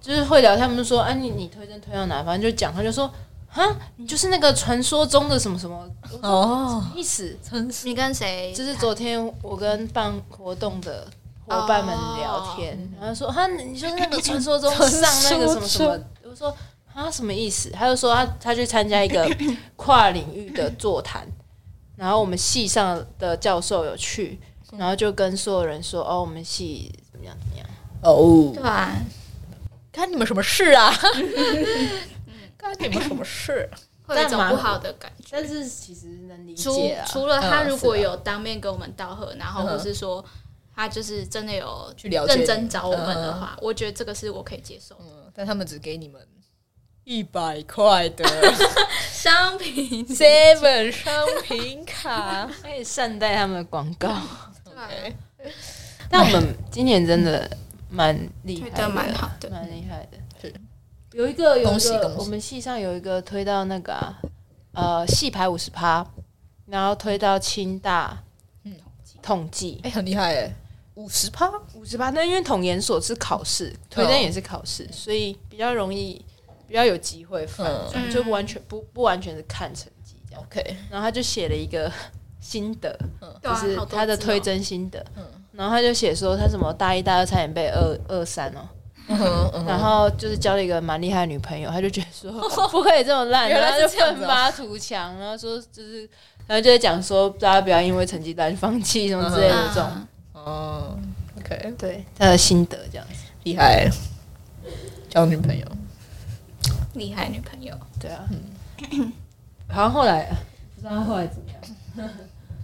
S2: 就是会聊，他们说，啊，你你推荐推到哪？反正就讲，他就说，啊，你就是那个传说中的什么什么
S5: 哦，
S2: 意思。
S5: 真是
S3: 你跟谁？
S2: 就是昨天我跟办活动的伙伴们聊天，然后说啊，你就是那个传说中上那个什 [LAUGHS] 么什么，我说啊什么意思？他就说他他去参加一个跨领域的座谈，然后我们系上的教授有去，然后就跟所有人说哦，我们系怎么样怎么样。
S5: 哦
S3: 对，啊，
S5: 干你们什么
S3: [LAUGHS]
S5: 事啊？
S3: 嗯
S5: 干你们什么事？
S3: 会有一
S2: 但
S3: 种
S2: 蛮
S3: 不好的感觉。
S2: 但是其实能理
S3: 除
S2: 解啊，
S3: 除了他
S5: 嗯
S3: 如果
S5: 是啊
S3: 有当面跟我们道贺，然后
S5: 嗯
S3: 或是说他就是真的有
S5: 去了解你
S3: 认真找我们的话，我觉得这个是我可以接受的。
S5: 嗯，但他们只给你们一百块的
S3: 商品
S5: Seven 商品卡。
S2: 可以善待他们的广
S5: [LAUGHS]
S2: 告。
S3: 对啊
S5: OK
S2: 但我们今年真的蛮厉害
S3: 觉
S2: 的，
S3: 得蛮好的。
S2: 蛮厉害的。
S5: 是
S2: 有一个有一
S5: 恭喜
S2: 个
S5: 恭，喜
S2: 我们系上有一个推到那个啊、呃戏牌五十趴，然后推到清大，
S5: 嗯
S2: 统计
S5: [LAUGHS] 哎、很厉害哎、五十趴，嗯
S2: 五十趴。那因为统研所是考试，推荐也是考试，所以比较容易比较有机会翻转，
S3: 嗯
S2: 就不完全不不完全是看成绩这样。
S5: OK，
S2: 然后他就写了一个心得，
S3: 对
S2: 就
S3: 啊
S2: 是
S3: 好多
S2: 他的
S3: 字哦
S2: 推甄心得。然后他就写说他什么大一大二差点被二二三哦，
S5: 嗯哼嗯
S2: 然后就是交了一个蛮厉害的女朋友，他就觉得说不可以这么烂，
S5: 原
S2: 然
S5: 来
S2: 后
S5: 是
S2: 就
S5: 这样
S2: 奋
S5: 子哦
S2: 发图强，然后说就是，然后就在讲说大家不要因为成绩单放弃什么之类的这种，
S3: 嗯
S5: 哦，OK，
S2: 对他的心得这样子，
S5: 厉害，交女朋友，
S3: 厉害女朋友。
S2: 对啊， [COUGHS] 好像后来啊不知道他后来怎么样，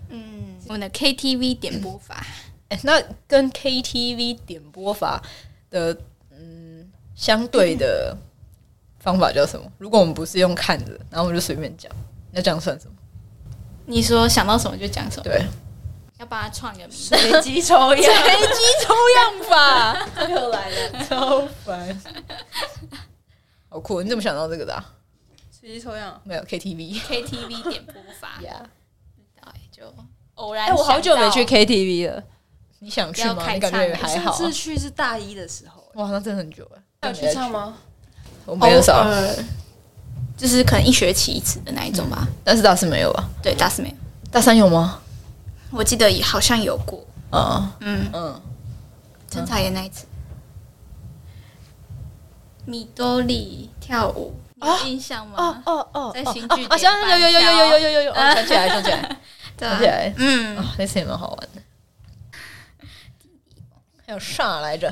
S3: 嗯，我们的 KTV 点播法，
S5: 哎，那跟 KTV 点播法的嗯相对的方法叫什么？如果我们不是用看的，然后我们就随便讲，那这样算什么？
S3: 你说想到什么就讲什么，
S5: 对，
S3: 要帮他创个名。
S2: 随机抽样，
S5: 随机抽样法，
S1: 又来了，
S5: 超烦。 [LAUGHS] 好酷！你怎么想到这个的、啊？
S2: 随机抽样。
S5: 没有 KTV。
S3: KTV 点播法，对，就偶然
S2: 哎、
S3: 想到。
S2: 我好久没去 KTV 了，
S5: 你想去
S3: 要
S5: 吗？
S3: 开
S5: 你感觉
S3: 唱
S5: 也还
S1: 上
S5: 好啊。
S1: 次去是大一的时候，
S5: 哇，那真的很久了。
S2: 有去唱？吗？哦
S5: 我没有
S3: 偶
S5: 少，
S3: 尔就是可能一学期一次的那一种吧。
S5: 但是大四没有啊吧？
S3: 对，大四没有，
S5: 大三有吗？
S3: 我记得也好像有过，
S5: 嗯
S3: 嗯，
S5: 嗯，
S3: 陈彩妍那一次。米多利跳舞，你有印象吗？
S2: 哦哦
S3: 在新剧
S5: 啊，
S3: 点
S5: 像有有有有有有有有有，哦想起 [LAUGHS] 来想起来
S3: 对
S5: 想起
S3: 啊，
S5: 来，
S3: 嗯，
S5: 啊，那次也蛮好玩的。还有啥来着？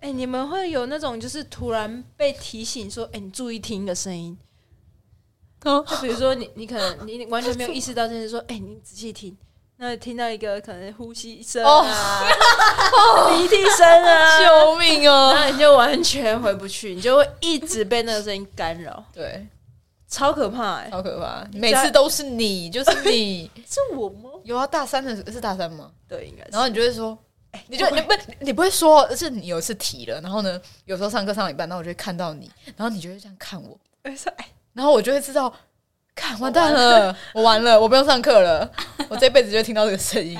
S2: 哎、你们会有那种就是突然被提醒说，哎、你注意听一个声音。
S5: 哦
S2: 就比如说你，你可能你你完全没有意识到这件事，说，哎、你仔细听，那听到一个可能呼吸声啊、 [LAUGHS] 鼻涕声啊，
S5: 救命哦！
S2: 然后你就完全回不去，你就会一直被那个声音干扰，
S5: [LAUGHS] 对，
S2: 超可怕哎、
S5: 超可怕，每次都是你，就是你。
S2: 是我吗？
S5: 有啊，大三的时候是大三吗？
S2: 对，应该是。
S5: 然后你就会说，你就哎你不你不会说，是你有一次提了，然后呢，有时候上课上到一半，然后我就会看到你，然后你就会这样看我，
S2: 哎说，哎、
S5: 然后我就会知道，看 [LAUGHS] 完蛋了， [LAUGHS] 我完了，我不用上课了，我这辈子就会听到这个声 [LAUGHS] 音，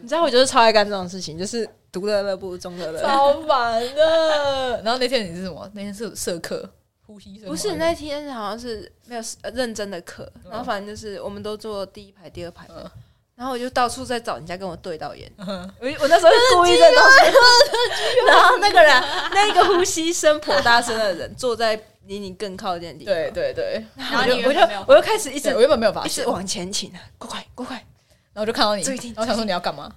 S2: 你知道我就是超爱干这种事情，就是独乐乐不如众乐乐。
S5: 超烦啊的。然后那天你是什么？那天是社课，呼吸声
S2: 不是那天好像是没有呃认真的课，然后反正就是我们都坐第一排、第二排嘛
S5: 嗯，
S2: 然后我就到处在找人家跟我对到眼，
S5: 嗯
S2: 我我那时候是故意在找谁，然后那个人那个呼吸声颇大声的人坐在离你更靠近的地方，
S5: 对对对，
S3: 然后
S2: 我就
S3: 你
S2: 我
S3: 原
S2: 就
S3: 本没有
S2: 我就开始一直
S5: 对我原本没有发
S2: 一
S5: 现
S2: 直，往前倾啊，过快过快，
S5: 然后我就看到你，
S2: 注意听
S5: 然后想说你要干嘛，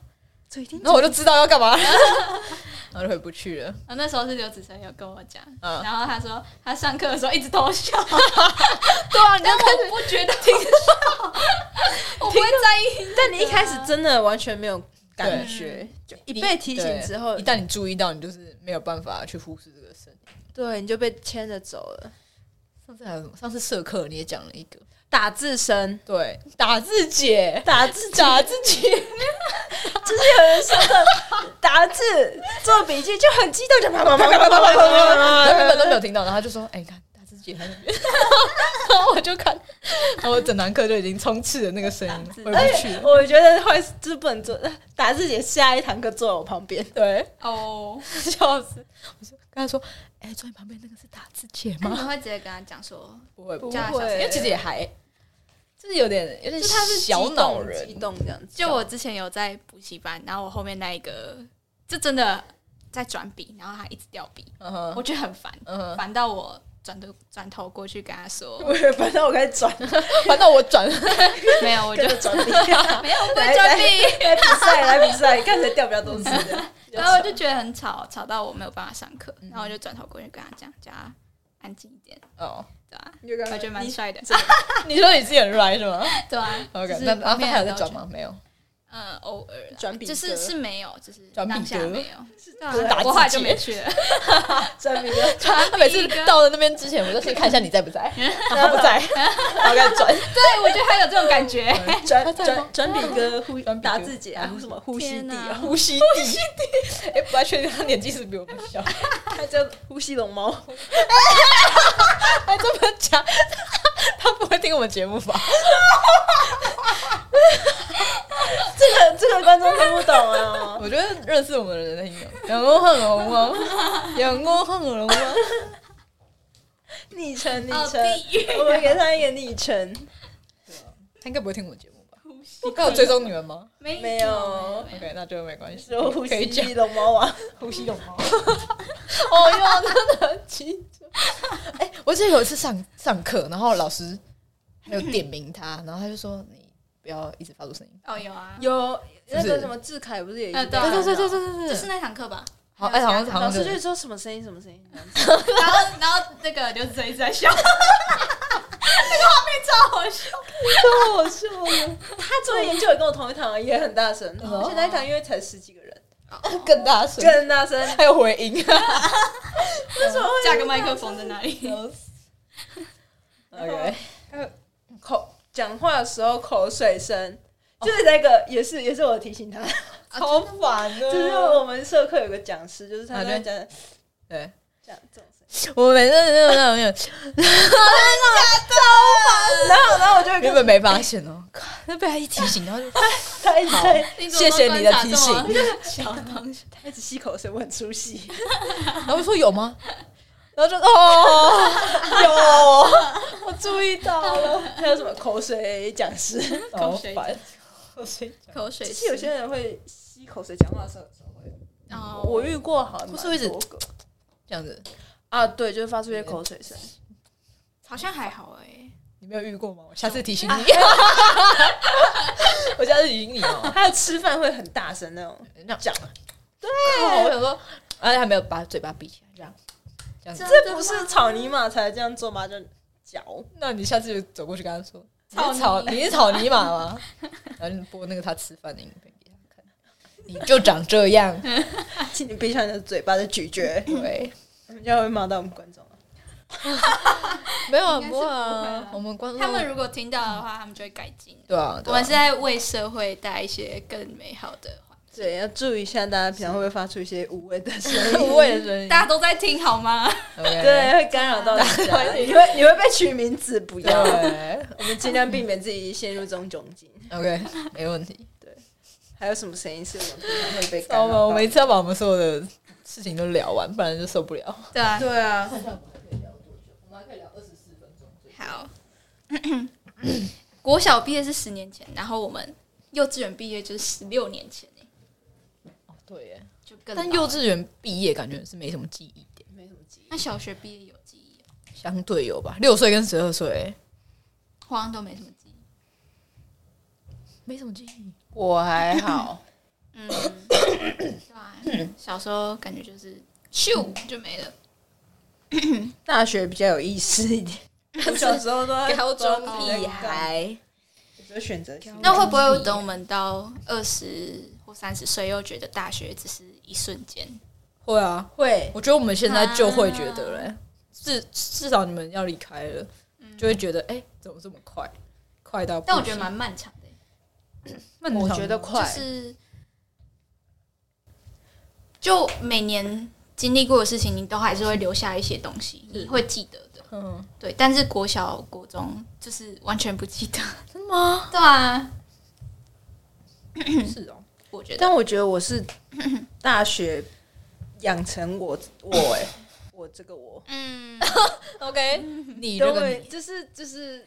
S2: 注意听，
S5: 然后我就知道要干 [LAUGHS] 嘛，然后就回不去了。
S3: 啊然后那时候是刘子成有跟我讲，
S5: 嗯
S3: 然后他说他上课的时候一直偷笑，
S5: [LAUGHS] 对啊，你
S3: 但我不觉得听笑，
S5: [LAUGHS]
S3: 我不会在意。
S2: 但你一开始真的完全没有感
S5: 对
S2: 觉，就嗯一
S5: 你
S2: 被提醒
S5: 对
S2: 之后
S5: 一，旦你注意到，你就是没有办法去忽视这个声音。
S2: 对你就被牵着走了，
S5: 上次还有什么？上次社课你也讲了一个，
S2: 打字声。
S5: 对，打字姐，
S2: 打字
S5: 打字姐，
S2: 就是有人说的打字做笔记就很激动，就啪啪啪啪啪啪啪啪啪
S5: 然后原本都没有听到，然后他 [LAUGHS] 就说：“哎、你看打字姐在那 [LAUGHS] 边。”然后我就看，然后我整堂课就已经充斥着那个声音，回不去了。
S2: 我觉得坏事就是不能做，打字姐下一堂课坐我旁边，
S5: 对，
S3: 哦，
S5: 笑死！我就跟他说：“哎、坐你旁边那个是打字姐
S3: [LAUGHS] 你
S5: 吗
S3: 会直接跟他讲说，？”
S5: 不会，不
S2: 不
S5: 会，
S3: 会
S5: 因为其实也还，就是有点有点
S2: 就他是激
S5: 小
S2: 动
S5: 恼人
S2: 激，动这样子。
S3: 就我之前有在补习班，然后我后面那一个就真的在转笔，然后他一直掉笔，
S5: 嗯哼
S3: 我觉得很烦，
S5: 嗯哼，
S3: 烦到我转头转头过去跟他说，
S2: 我也反正我开始转，
S5: [LAUGHS] 反正我转
S3: 没有，我就
S2: 跟着转笔，来
S3: 没有我不
S2: 来
S3: 会转笔。
S2: 来比赛，来比赛，看谁掉比较多字这样。
S3: 然后我就觉得很吵，吵到我没有办法上课，
S5: 嗯
S3: 然后我就转头过去跟他讲，叫他安静一点，
S5: 哦，
S3: 对啊吧、
S2: 你就跟
S3: 我
S2: 他
S3: 觉得蛮
S2: 你
S3: 帅的，
S5: [LAUGHS] 你说你自己很 right 是吗
S3: [LAUGHS] 对啊。
S5: ？OK，
S3: 就是
S5: 那然后
S3: 旁边
S5: 他还有
S3: 人
S5: 在
S3: 都
S5: 转
S3: 觉得？
S5: 吗？没有，
S3: 嗯，偶尔啦
S2: 转笔
S3: 就是
S2: 歌
S3: 是没有，就是
S5: 转笔
S3: 当下
S5: 歌
S3: 没有，对啊
S5: 是打字
S3: 我后来就
S5: 机
S3: 没去了。
S2: 转笔的，
S5: 他每次到了那边之前，我就先看一下你在不 [LAUGHS] 在，他不在，然后再转。
S3: [LAUGHS] 对，我觉得还有这种感觉。
S2: 转转转笔哥呼
S5: 转笔歌
S2: 打字姐啊，呼什么呼吸
S3: 天
S2: 地
S3: 哪
S2: 啊，
S5: 呼 [LAUGHS] 吸地，哎，不太确定他年纪是不是比我们小，
S2: 他叫呼吸龙猫。
S5: 还这么讲， [LAUGHS] 他不会听我们节目吧？
S2: 这个这个观众听不懂啊，
S5: 我觉得认识我们的人在听，阳光很红吗？阳光很红吗？
S2: 昵称，昵
S3: [LAUGHS] 哦，
S2: 称，
S3: 地狱，
S2: 我们给他一个昵称。
S5: 他应该不会听我们节目吧？他有追踪你们吗
S3: 没
S2: 没有
S3: 没有
S5: ？OK，那就没关系，
S2: 说呼
S5: 可以讲
S2: 吸龙猫啊王，
S5: 呼吸有猫。哦哟，真的很奇特。哎、我记得有一次上上课，然后老师还有点名他，然后他就说你不要一直发出声音。
S3: 哦，有啊，
S2: [LAUGHS] 有那
S5: 不是
S2: 个什么志凯不是也一
S3: 呃
S2: 直
S3: 对
S2: 在
S3: 啊
S2: 讲吗？
S5: 对
S3: 就是那堂课吧。
S5: 好，哎、好像好
S2: 老
S5: 像
S2: 师就是是说什么声音什么声音，这样子
S3: 然后，然后那个刘子成一直在笑，那 [LAUGHS] 个画面超好笑。
S2: 超 [LAUGHS] 好笑的。他做研究也跟我同一堂，也很大声，
S5: 哦
S2: 而且那一堂因为才十几个人，
S5: 更大声，
S2: 更大声。
S5: 还有回音。
S3: 架个麦克风在那里， [LAUGHS]
S2: OK，
S5: 还有
S2: 口讲话的时候口水声，就是那个也是也是我提醒他，
S5: 好烦哦
S2: 就是我们社课有个讲师，就是他
S5: 啊
S2: 在
S5: 对
S2: 讲
S5: 对，
S2: 讲这种声音，
S5: 我每次那种那种，
S2: 然后然后我就会
S5: 原
S2: 跟
S5: 本没发现哦，那被他一提醒，然后就
S2: 他一直在
S5: 谢谢你的提醒。
S3: 小东 [LAUGHS] 西，
S2: 他一直吸口水，我很出戏。
S5: [LAUGHS] 然后就说有吗？然后就哦，有，哦
S2: 我注意到了，还有什么口水讲师？
S5: 好
S3: 口水
S5: 烦，口水
S3: [LAUGHS] 口水
S2: 是有些人会吸口水讲话的时候，
S3: 哦，
S2: 我遇过好像
S5: 不是一直
S2: 蛮多个
S5: 这样子，
S2: 啊，对，就是发出一些口水声。
S3: 好像还好哎，
S5: 你没有遇过吗？我下次提 [LAUGHS] 醒你，我下次提醒你哦。
S2: 还有吃饭会很大声那种，
S5: 那
S2: 讲
S5: 好，我想说，而且还没有把嘴巴闭起来，这样。
S2: 这不是草泥马才这样做吗？就嚼，
S5: 那你下次就走过去跟他说，你
S3: 草
S5: 是草，
S3: 泥
S5: 你是草泥马 [LAUGHS] 吗？然后你播那个他吃饭的影片给他看，你就长这样，
S2: 请你闭上你的嘴巴的咀嚼，
S5: [LAUGHS] 对，
S2: 我们就会骂到我们观众了。
S5: 没
S3: 应
S5: 有
S3: 该是
S5: 不
S3: 不
S5: 会
S3: 会
S5: 啊
S3: 啦，
S5: 我们观众
S3: 他们如果听到的话，他们就会改进。
S5: 对啊，
S3: 我
S5: 对啊
S3: 们是在为社会带一些更美好的话，
S2: 对，要注意一下，大家平常会不会发出一些无谓的声 [LAUGHS] 音？
S5: 无谓的声音，
S3: 大家都在听好吗？
S5: OK
S2: 对，会干扰到大家。 [LAUGHS] 你会你会被取名字，不要。
S5: 对
S2: 我们尽量避免自己陷入这种窘境。
S5: ，OK，没问题。
S2: 还有什么声音是我们平常会被干
S5: 我
S2: 扰
S5: 们我
S2: 到
S5: 们一次要把我们所有的事情都聊完，不然就受不了。
S3: 对啊，
S2: 对啊，
S3: 好， [COUGHS] 国小毕业是十年前，然后我们幼稚园毕业就是十六年前欸
S5: [LAUGHS] 对耶，
S3: 就更
S5: 但
S3: 老
S5: 幼稚园毕业感觉是没什么记忆点，
S2: 没什么记忆。
S3: 那小学毕业有记忆哦，
S5: 相对有吧，六岁跟十二岁
S3: 好像都没什么记忆。
S5: 没什么记忆。
S2: 我还好，
S3: 嗯，对啊，小时候感觉就是咻就没了。
S2: [LAUGHS] 大学比较有意思一点。我小时候都在
S5: 高中
S3: 屁
S5: 孩，
S2: 有选择性。
S3: 那会不会等我们到二十或三十岁，又觉得大学只是一瞬间？
S5: 会啊，
S2: 会
S5: 我觉得我们现在就会觉得嘞，至至少你们要离开了，就会觉得哎、怎么这么快，快到不行？
S3: 但我觉得蛮漫长的欸，
S5: 漫长
S2: 我
S5: 的
S2: 觉得快
S3: 就是就每年经历过的事情，你都还是会留下一些东西，你会记得的。
S5: 嗯，
S3: 对，但是国小、国中就是完全不记得。
S5: 真的吗？
S3: 对啊，
S5: 是哦，
S3: [COUGHS] 我觉得
S2: 但我觉得我是大学养成我我 [COUGHS] 哎、我这个我
S3: 嗯，
S5: ，OK，你这
S2: 都
S5: 个
S2: 会
S5: 你，
S2: 就是就是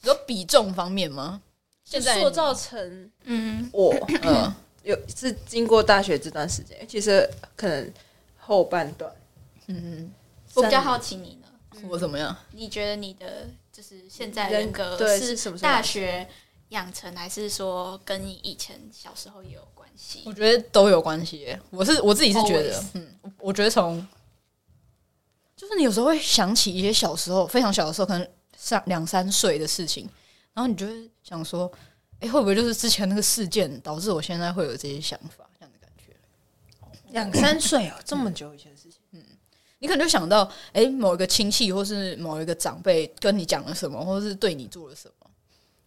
S5: 你说比重方面吗？现在
S2: 塑造成
S3: 嗯，
S2: [COUGHS] 我
S5: 嗯，
S2: 有是经过大学这段时间，其实可能后半段
S5: 嗯，
S3: 我比较好奇你呢，
S5: 我怎么样？
S3: 你觉得你的就是现在
S2: 人
S3: 人格
S2: 对是什么时候
S3: 大学养成，还是说跟你以前小时候也有关系
S5: 我？觉得都有关系耶。我是我自己是觉得
S3: Always
S5: 嗯，我我觉得从就是你有时候会想起一些小时候非常小的时候，可能上两三岁的事情，然后你就会想说，哎、会不会就是之前那个事件导致我现在会有这些想法这样的感觉？
S2: 两三岁哦，这么久以前的事情。
S5: 你可能就想到，哎、某一个亲戚或是某一个长辈跟你讲了什么，或是对你做了什么，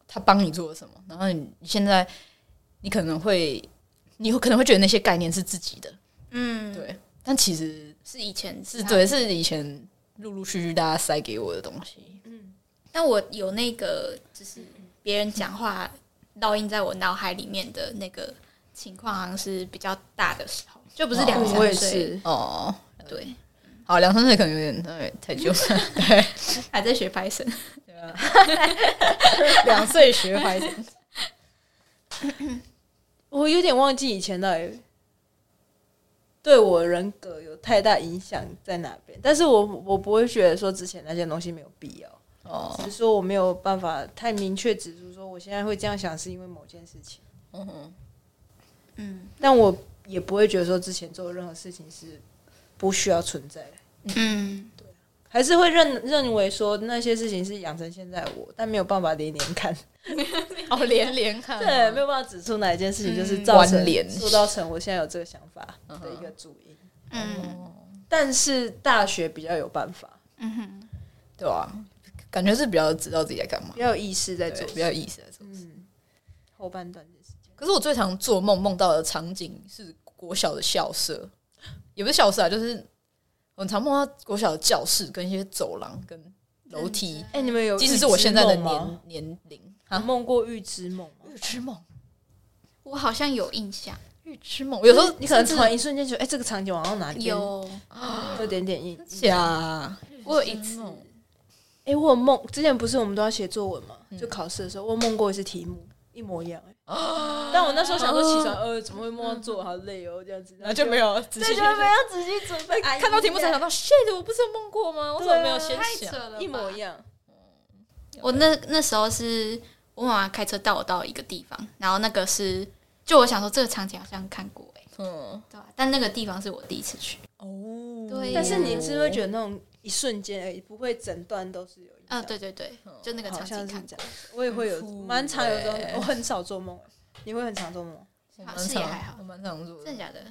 S5: 他帮你做了什么，然后你你现在你可能会，你可能会觉得那些概念是自己的，
S3: 嗯，
S5: 对，但其实
S3: 是以前
S5: 是
S3: 他
S5: 对，是以前陆陆续续大家塞给我的东西。
S2: 嗯哦
S3: 但我有那个就是别人讲话烙印在我脑海里面的那个情况，好像是比较大的时候，就不是两
S5: 哦
S3: 三
S2: 我也
S3: 岁。
S2: 是，
S5: 哦，
S3: 对，
S5: 好，两三岁可能有点太太久了，对，
S3: 还在学 Python。
S5: 啊两岁学怀子，
S2: 我有点忘记以前到底对我人格有太大影响在哪边，但是我我不会觉得说之前那些东西没有必要，
S5: 哦，
S2: 只是说我没有办法太明确指出说我现在会这样想是因为某件事情，
S5: 嗯哼，
S3: 嗯
S2: 但我也不会觉得说之前做的任何事情是不需要存在的，
S3: 嗯，
S2: 还是会认认为说那些事情是养成现在的我，但没有办法连连看。
S5: [LAUGHS] 哦，连连看，
S2: 对，
S5: [LAUGHS]
S2: 没有办法指出哪一件事情就是
S3: 嗯
S2: 造成、
S5: 关联
S2: 塑造成我现在有这个想法的一个主因。
S3: 嗯
S2: 但是大学比较有办法，
S3: 嗯哼，
S5: 对啊，感觉是比较知道自己在干嘛
S2: 比，较有意识在
S5: 对
S2: 做，
S5: 比较有意思在做。
S2: 嗯，后半段就是
S5: 可是我最常做梦梦到的场景是国小的校舍，也不是校舍啊，就是我很常梦到国小的教室跟一些走廊跟楼梯，
S2: 哎、你们有
S5: 即使是我现在的
S2: 预知梦吗
S5: 年年龄
S2: 有
S5: 啊，
S2: 梦过预知梦吗？
S5: 预知梦，
S3: 我好像有印象，
S5: 预知梦，有时候
S2: 你可能突然一瞬间觉得，哎、这个场景往到哪里边
S3: 有
S2: 有点点印。
S5: 假，
S3: 我有一次，
S2: 哎、我有梦，之前不是我们都要写作文嘛，
S3: 嗯
S2: 就考试的时候，我有梦过一次题目一模一样、哎
S3: 啊
S2: 但我那时候想说起
S3: [LAUGHS]
S2: 床，呃，怎么会梦到作文好累哦，这样子，
S5: 然后就没有仔
S1: 这
S5: 细哎
S1: 就没有仔细准备，
S5: 看到题目才想到，shit，我不是有梦过吗？我怎么没有先
S3: 太
S5: 想
S3: 扯？了，
S2: 一模一。样。
S3: 我那那时候是我妈妈开车带我到一个地方，然后那个是就我想说这个场景好像看过哎、欸，
S5: 嗯，
S3: 对吧、但那个地方是我第一次去，
S5: 哦
S3: 对
S2: 但是你是会觉得
S5: 得
S2: 那种一瞬间而已，不会整段都是有影
S3: 嗯、
S2: 响。
S3: 对对对，就那个
S2: 好
S3: 场
S2: 像
S3: 景
S2: 是
S3: 看
S2: 这样，我也会有
S5: 很酷
S2: 蛮常有这种
S5: 欸，
S2: 我很少做梦，你会很常做梦？
S3: 过，好
S5: 蛮
S3: 像也
S5: 常
S3: 还好
S5: 我，蛮常做的
S3: 真的假的？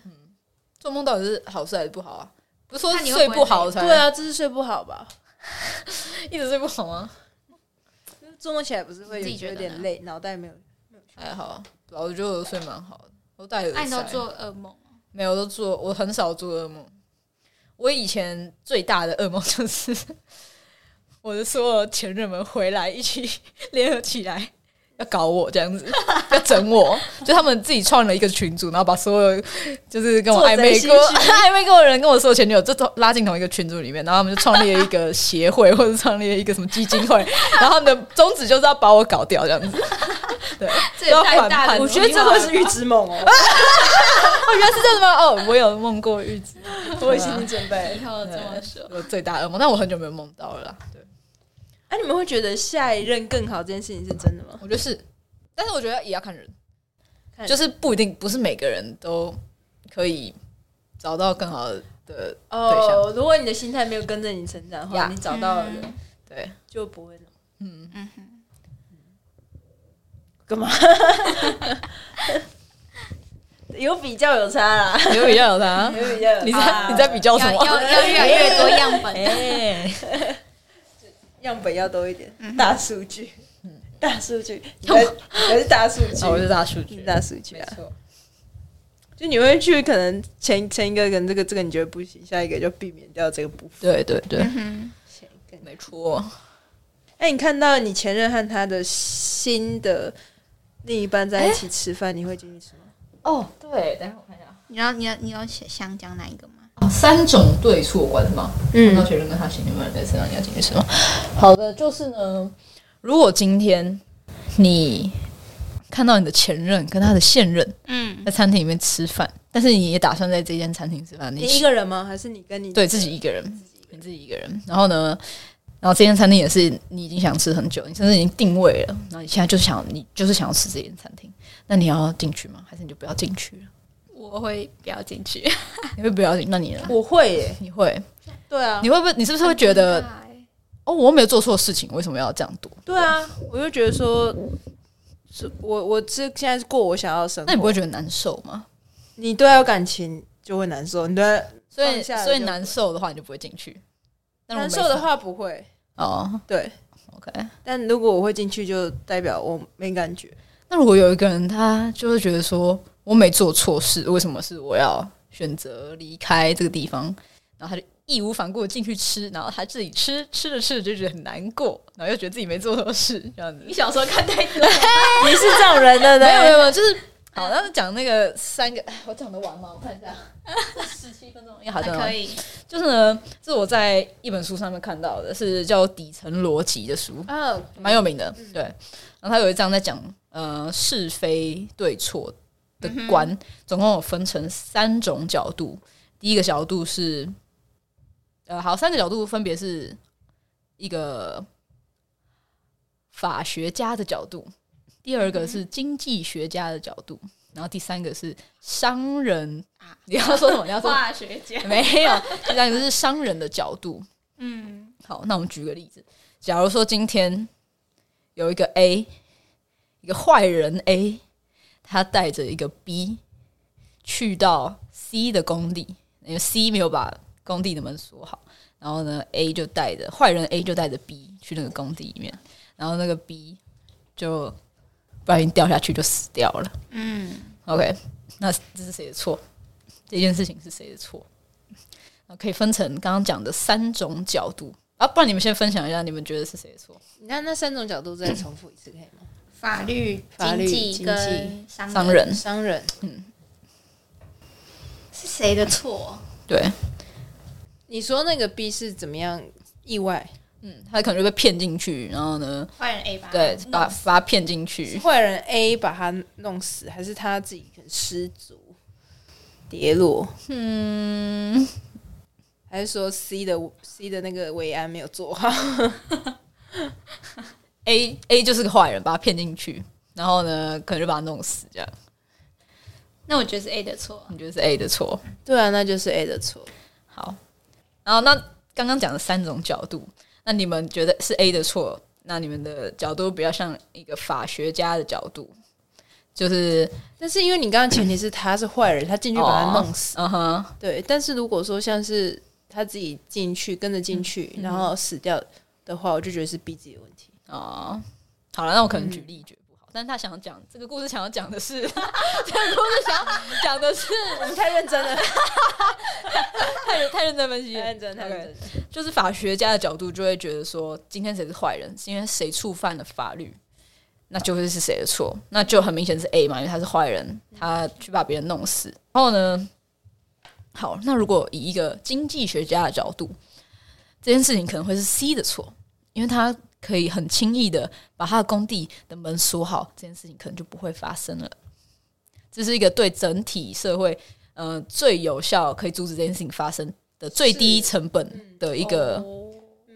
S5: 做梦到底是好事还是不好啊？不是说
S3: 看你
S5: 睡
S3: 会不会
S5: 不好才
S2: 对，啊，这是睡不好吧？
S5: 一直睡不好吗？
S2: 做梦起来不是会有
S3: 自己觉
S2: 有
S3: 得呢
S2: 点累，脑袋没有。
S5: 还好，对啊我觉得我睡蛮好的，我戴耳
S3: 那你都
S5: 塞
S3: 做噩梦，
S5: 没有，我都做，我很少做噩梦。我以前最大的噩梦就是 [LAUGHS] 我的所有前任们回来一起 [LAUGHS] 联合起来要搞我这样子，要整我，就他们自己创了一个群组，然后把所有就是跟我
S2: 做
S5: 暧昧
S2: 贼
S5: 过
S2: 心虚
S5: [LAUGHS] 暧昧过的人跟我所有前女友，就都拉进同一个群组里面，然后他们就创立了一个协会或者创立了一个什么基金会，然后他们的宗旨就是要把我搞掉这样子。哦对，
S3: [LAUGHS] 这也太大了
S5: 我
S2: 我
S5: 觉
S2: 觉
S5: 得
S2: 得
S5: 这
S2: 这
S5: 会
S2: 会
S5: 是
S2: 是预知梦哦，
S3: [LAUGHS]
S5: 哦，原来是这样子吗？哦，我有梦过预知，
S2: 我有心理准备
S3: 以。 [LAUGHS] 后这么说，
S5: 我最大的噩梦，但我很久没有梦到了啦。对，
S2: 哎，你们会觉得下一任更好这件事情是真的吗？
S5: 我觉得是，但是我觉得也要看人，
S2: 看人
S5: 就是不一定不是每个人都可以找到更好的。
S2: 哦，如果你的心态没有跟着你成长的话，
S5: 呀
S2: 你找到的人
S3: [LAUGHS]
S5: 对，
S2: 就不会那么
S5: 嗯，
S3: 嗯哼，
S2: 干嘛？有比较有差 [LAUGHS] 啦，
S5: 有比较有他
S2: 有，比较有差啦。
S5: 你在你在比较什
S3: 要啊要
S5: 么？
S3: 要越来越多样 [LAUGHS] 本，
S5: 哎，
S2: 样本要多一点，
S3: 嗯
S2: 大数据，大数据，你还 [LAUGHS] 你还是大数据，
S5: 啊我是大数
S2: 你
S5: 据
S2: 嗯哦是，大数据
S5: 没
S2: 啊。
S5: 错，
S2: 就你会去可能前前一个跟这个这个你觉得不行，下一个就避免掉这个部分。
S5: [LAUGHS] 对对对，
S3: 嗯
S2: 前一个，
S5: 没错。
S2: 哎，你看到你前任和他的新的另一半在一起吃饭，你会建议什么？
S5: 哦，对，等一下我看一下
S3: 哼，你要你要你要想想讲哪一个吗？
S5: 哦三种对错观是吗？碰到学生跟他前女友在身上，你要进去什么？好的，就是呢，如果今天你看到你的前任跟他的现任
S3: 嗯
S5: 在餐厅里面吃饭，但是你也打算在这间餐厅吃饭，
S2: 你
S5: 你
S2: 一个人吗？还是你跟你
S5: 对自己一个人，你自己一个人，然后呢，然后这间餐厅也是你已经想吃很久，你甚至已经定位了，然后你现在就想你就是想要吃这间餐厅，那你要进去吗？还是你就不要进去了？ [LAUGHS]
S3: 我会不要进去，
S5: 你会不要进？那你呢？
S2: 我会耶，
S5: 你会？
S2: 对啊，
S5: 你会不会？你是不是会觉得
S3: 嗯
S5: 哦，我又没有做错事情，为什么要这样做？
S2: 对啊，我就觉得说，是我我这现在是过我想要的生活，
S5: 那你不会觉得难受吗？
S2: 你对他有感情就会难受，你对他
S5: 所以
S2: 放下了就
S5: 所以难受的话，你就不会进去。但如果
S2: 难受
S5: 没
S2: 的话不会，
S5: 哦
S2: 对。
S5: ，OK。
S2: 但如果我会进去，就代表我没感觉。
S5: 那如果有一个人，他就会觉得说我没做错事，为什么是我要选择离开这个地方？然后他就义无反顾地进去吃，然后他自己吃吃着吃着就觉得很难过，然后又觉得自己没做错事，这样子。
S3: 你小时候看太多，
S2: 你是这种人的，
S5: 没有没有没有，就是好，那讲那个三个，哎我讲得完吗？我看一下，十七分钟，也好像
S3: 可以，
S5: 就是呢，这是我在一本书上面看到的，是叫《底层逻辑》的书，
S2: 嗯，
S3: 哦
S5: 蛮有名的。对，然后他有一章在讲呃是非对错的观，总共有分成三种角度。第一个角度是，呃，好，三个角度分别是一个法学家的角度，第二个是经济学家的角度，然后第三个是商人。你要说什么？你要说什么
S3: 化学家，
S5: 没有，这两个是商人的角度。
S3: 嗯，
S5: 好，那我们举个例子，假如说今天有一个 A，一个坏人 A，他带着一个 B 去到 C 的工地，因为 C 没有把工地的门锁好，然后呢，A 就带着坏人 A 就带着 B 去那个工地里面，然后那个 B 就不小心掉下去就死掉了。
S3: 嗯，
S5: OK，那这是谁的错？这件事情是谁的错？那可以分成刚刚讲的三种角度啊，不然你们先分享一下，你们觉得是谁的错？
S2: 你看那三种角度再重复一次可以吗？
S3: 法律、
S2: 法律
S3: 经
S2: 经
S3: 跟商
S5: 商人
S2: 商人
S3: 是谁的错？
S5: 对，
S2: 你说那个 B 是怎么样意外？
S5: 嗯，他可能就被骗进去，然后呢，
S3: 坏人 A 吧？
S5: 对，
S3: 弄
S5: 把把他骗进去，
S2: 坏人 A 把他弄死，还是他自己可能失足跌落？
S5: 嗯，
S2: 还是说 C 的 C 的那个维安没有做好？
S5: A A 就是个坏人，把他骗进去，然后呢，可能就把他弄死，这样
S3: 那我觉得是 A 的错。
S5: 你觉得是 A 的错？
S2: [LAUGHS] 对啊，那就是 A 的错。
S5: 好，然后那刚刚讲的三种角度，那你们觉得是 A 的错？那你们的角度比较像一个法学家的角度，就是
S2: 但是因为你刚刚前提是他是坏人，他进去把他弄死。
S5: 嗯哼，
S2: 对，但是如果说像是他自己进去跟着进去，然后死掉的话，我就觉得是 B 自己的问题。
S5: 哦，好了，那我
S2: 嗯
S5: 可能举例举不好，但是他想讲这个故事，想要讲的是，这 [LAUGHS] 个故事想要讲的是，
S2: 我 [LAUGHS] 们太认真 [LAUGHS] 了，
S5: 太认太认真分析了，
S2: 太认真，太
S5: OK
S2: 认真。
S5: 就是法学家的角度就会觉得说，今天谁是坏人，今天谁触犯了法律，那就会是谁的错，那就很明显是 A 嘛，因为他是坏人，他去把别人弄死。然后呢，好，那如果以一个经济学家的角度，这件事情可能会是 C 的错，因为他可以很轻易的把他的工地的门锁好，这件事情可能就不会发生了。这是一个对整体社会，呃，最有效可以阻止这件事情发生的最低成本
S2: 哦
S5: 的一个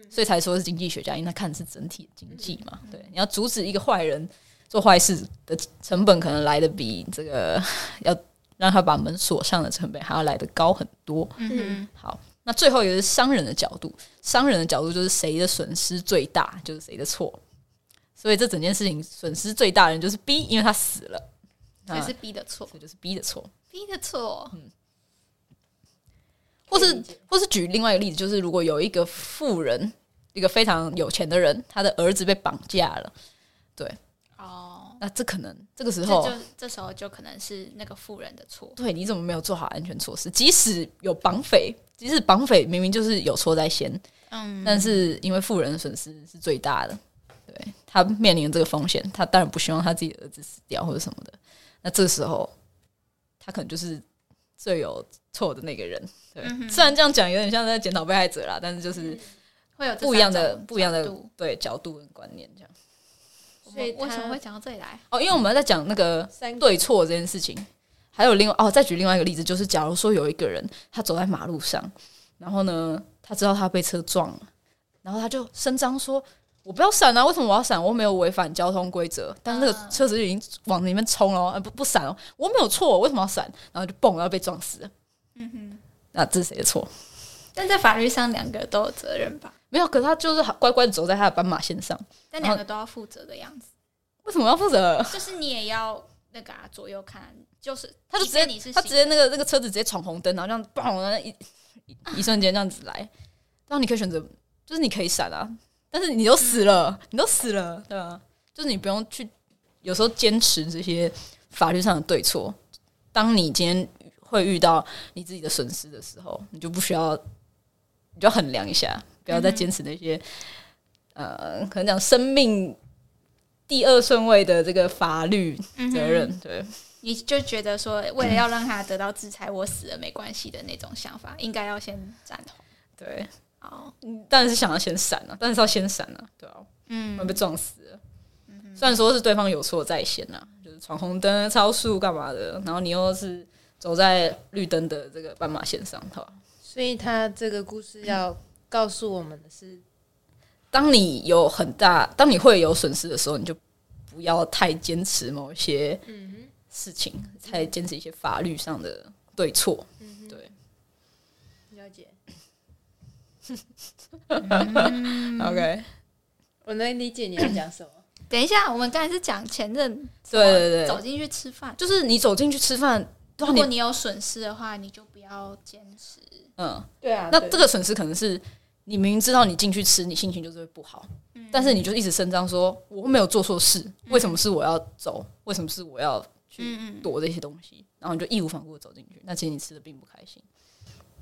S5: 所以才说是经济学家，因为他看的是整体的经济嘛。对，你要阻止一个坏人做坏事的成本，可能来的比这个要让他把门锁上的成本还要来的高很多。
S3: 嗯
S5: 好，那最后一个是商人的角度，商人的角度就是谁的损失最大，就是谁的错。所以这整件事情损失最大的人就是 B，因为他死了，
S3: 哼，所以
S5: 啊嗯
S3: 是 B 的错
S5: 所以就是 B 的错。
S3: ，B 的错。
S5: 或是或是举另外一个例子，就是如果有一个富人，一个非常有钱的人，他的儿子被绑架了，
S3: 哦，
S5: 那这可能这个时
S3: 这
S5: 候，
S3: 就这时候就可能是那个富人的错。
S5: 对你怎么没有做好安全措施？即使有绑匪，即使绑匪明明就是有错在先，
S3: 嗯，
S5: 但是因为富人的损失是最大的，对他面临这个风险，他当然不希望他自己的儿子死掉或者什么的。那这时候，他可能就是最有错的那个人。对，
S3: 嗯哼
S5: 虽然这样讲有点像在检讨被害者啦，但是就是
S3: 会有这
S5: 不一样的
S3: 三种
S5: 不一样的
S3: 角度
S5: 对角度跟观念这样。
S3: 我
S2: 所以
S3: 们为
S2: 他
S3: 什么会讲到这里来？
S5: 哦，因为我们在讲那个
S2: 三个
S5: 对错这件事情，还有另外哦，再举另外一个例子，就是假如说有一个人他走在马路上，然后呢，他知道他被车撞了，然后他就声张说：“我不要闪啊，为什么我要闪？我没有违反交通规则。”但是那个
S3: [LAUGHS] 嗯
S5: 车子就已经往里面冲了哦，呃、不不闪哦，我没有错，我为什么要闪？然后就蹦，然后被撞死了。
S3: 嗯哼，
S5: 那这是谁的错？
S3: 但在法律上两个都有责任吧？
S5: 没有，可是他就是好乖乖的走在他的斑马线上，
S3: 但两个都要负责的样子，
S5: 为什么要负责？
S3: 就是你也要那个啊左右看，就是
S5: 他就直
S3: 即便
S5: 接
S3: 你是
S5: 他直接那个那个车子直接闯红灯，然后这样砰，然后一一一瞬间这样子来，然后你可以选择，就是你可以闪啊，但是你都死了，你都死了，对啊，就是你不用去，有时候坚持这些法律上的对错。当你今天会遇到你自己的损失的时候，你就不需要，你就要衡量一下，不
S3: 嗯
S5: 要再坚持那些、呃，可能讲生命第二顺位的这个法律
S3: 嗯哼
S5: 责任，对。
S3: 你就觉得说，为了要让他得到制裁，我死了没关系的那种想法，应该要先斩头。
S5: 对，
S3: 哦，
S5: 当然是想要先闪啊，但是要先闪啊，对啊，不然
S3: 嗯
S5: 被撞死了。虽然说是对方有错在先啊，就是闯红灯、超速干嘛的，然后你又是走在绿灯的这个斑马线上，好吧？
S2: 所以他这个故事要告诉我们的是，
S5: 当你有很大，当你会有损失的时候，你就不要太坚持某些
S2: 嗯
S5: 事情，太坚持一些法律上的对错。
S2: 哼，
S5: 对
S2: 嗯，了解。
S3: [LAUGHS]
S5: ，OK，
S2: 我能理解你在讲什么。
S3: 嗯等一下，我们刚才是讲前任，
S5: 对对
S3: 走
S5: 对，
S3: 进去吃饭。
S5: 就是你走进去吃饭，
S3: 如
S5: 让
S3: 果
S5: 你
S3: 你有损失的话，你就不要坚持。
S5: 嗯，
S2: [COUGHS] 对啊
S5: 那这个损失可能是你明明知道你进去吃，你心情就是会不好，但是你就一直声张说我没有做错事，为什么是我要走？为什么是我要去
S3: 嗯嗯，
S5: 躲这些东西？然后你就义无反顾的走进去，那其实你吃的并不开心。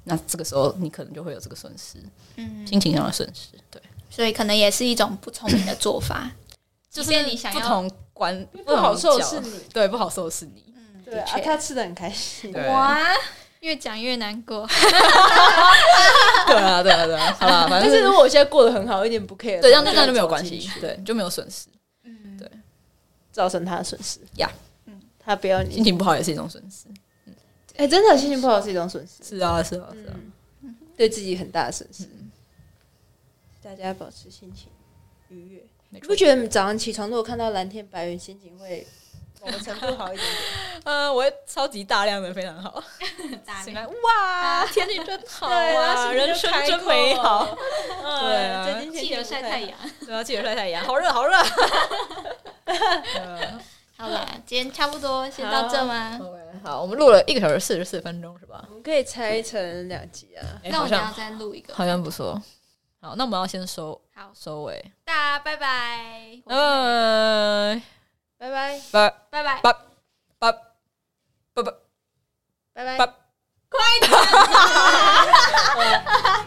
S5: 那这个时候你可能就会有这个损失，
S3: 嗯，
S5: 心情上的损失，对，
S3: 所以可能也是一种不聪明的做法。 [LAUGHS] 即便你想
S5: 不
S3: 要，
S5: 同观
S2: 不好受
S5: 角
S2: 是你，
S5: 对，不好受是你，
S3: 嗯，
S2: 对
S3: 的
S2: 啊，
S3: 确
S2: 他吃的很开心。
S5: 对
S3: 哇，越讲越难过。
S5: 对啊，对啊，对啊，好啦，反
S2: 但
S5: 正
S2: 是如果我现在过得很好，一点不 care，
S5: 对，这样
S2: 那
S5: 那就没有关系，对，你就没有损失，
S3: 嗯，
S5: 对
S2: 造成他的损失
S5: 呀
S3: 嗯
S2: 他不要
S5: 心
S2: 你。
S5: 情不好也是一种损失，
S2: 哎、真的心情不好是一种损失，
S5: 是啊，是啊，是啊，
S2: 嗯对自己很大的损失。嗯大家保持心情愉悦，你
S5: 没错
S2: 不觉得早上起床如果看到蓝天白云，心情会某个程度好一点 [LAUGHS] 点？
S5: 呃，我会超级大量的，非常好。
S3: 大
S5: 醒
S3: [LAUGHS]
S5: 来，哇，天气真好啊，人生真美好。。对啊
S2: 嗯最近天
S3: 记
S2: 气
S3: 得
S2: 不
S3: 晒
S2: 太
S3: 太
S2: 好。
S3: 阳。
S5: 对啊，记得晒太阳，好热，好热。嗯
S3: 好啦，今天差不多，先到这吗？
S5: OK，好，我们录了一个小时四十四分钟，是吧？
S2: 我们可以拆成两集啊。
S5: 哎
S3: 那我
S5: 好
S3: 们要
S5: 像
S3: 再录一个。
S5: 好像不错。好，那我们要先收
S3: 好，
S5: 收尾，
S3: 大家拜拜，我是美
S5: 拜
S2: 拜拜，
S3: 拜
S5: 拜
S3: 拜。
S5: 拜拜拜。
S2: 拜拜。
S5: 拜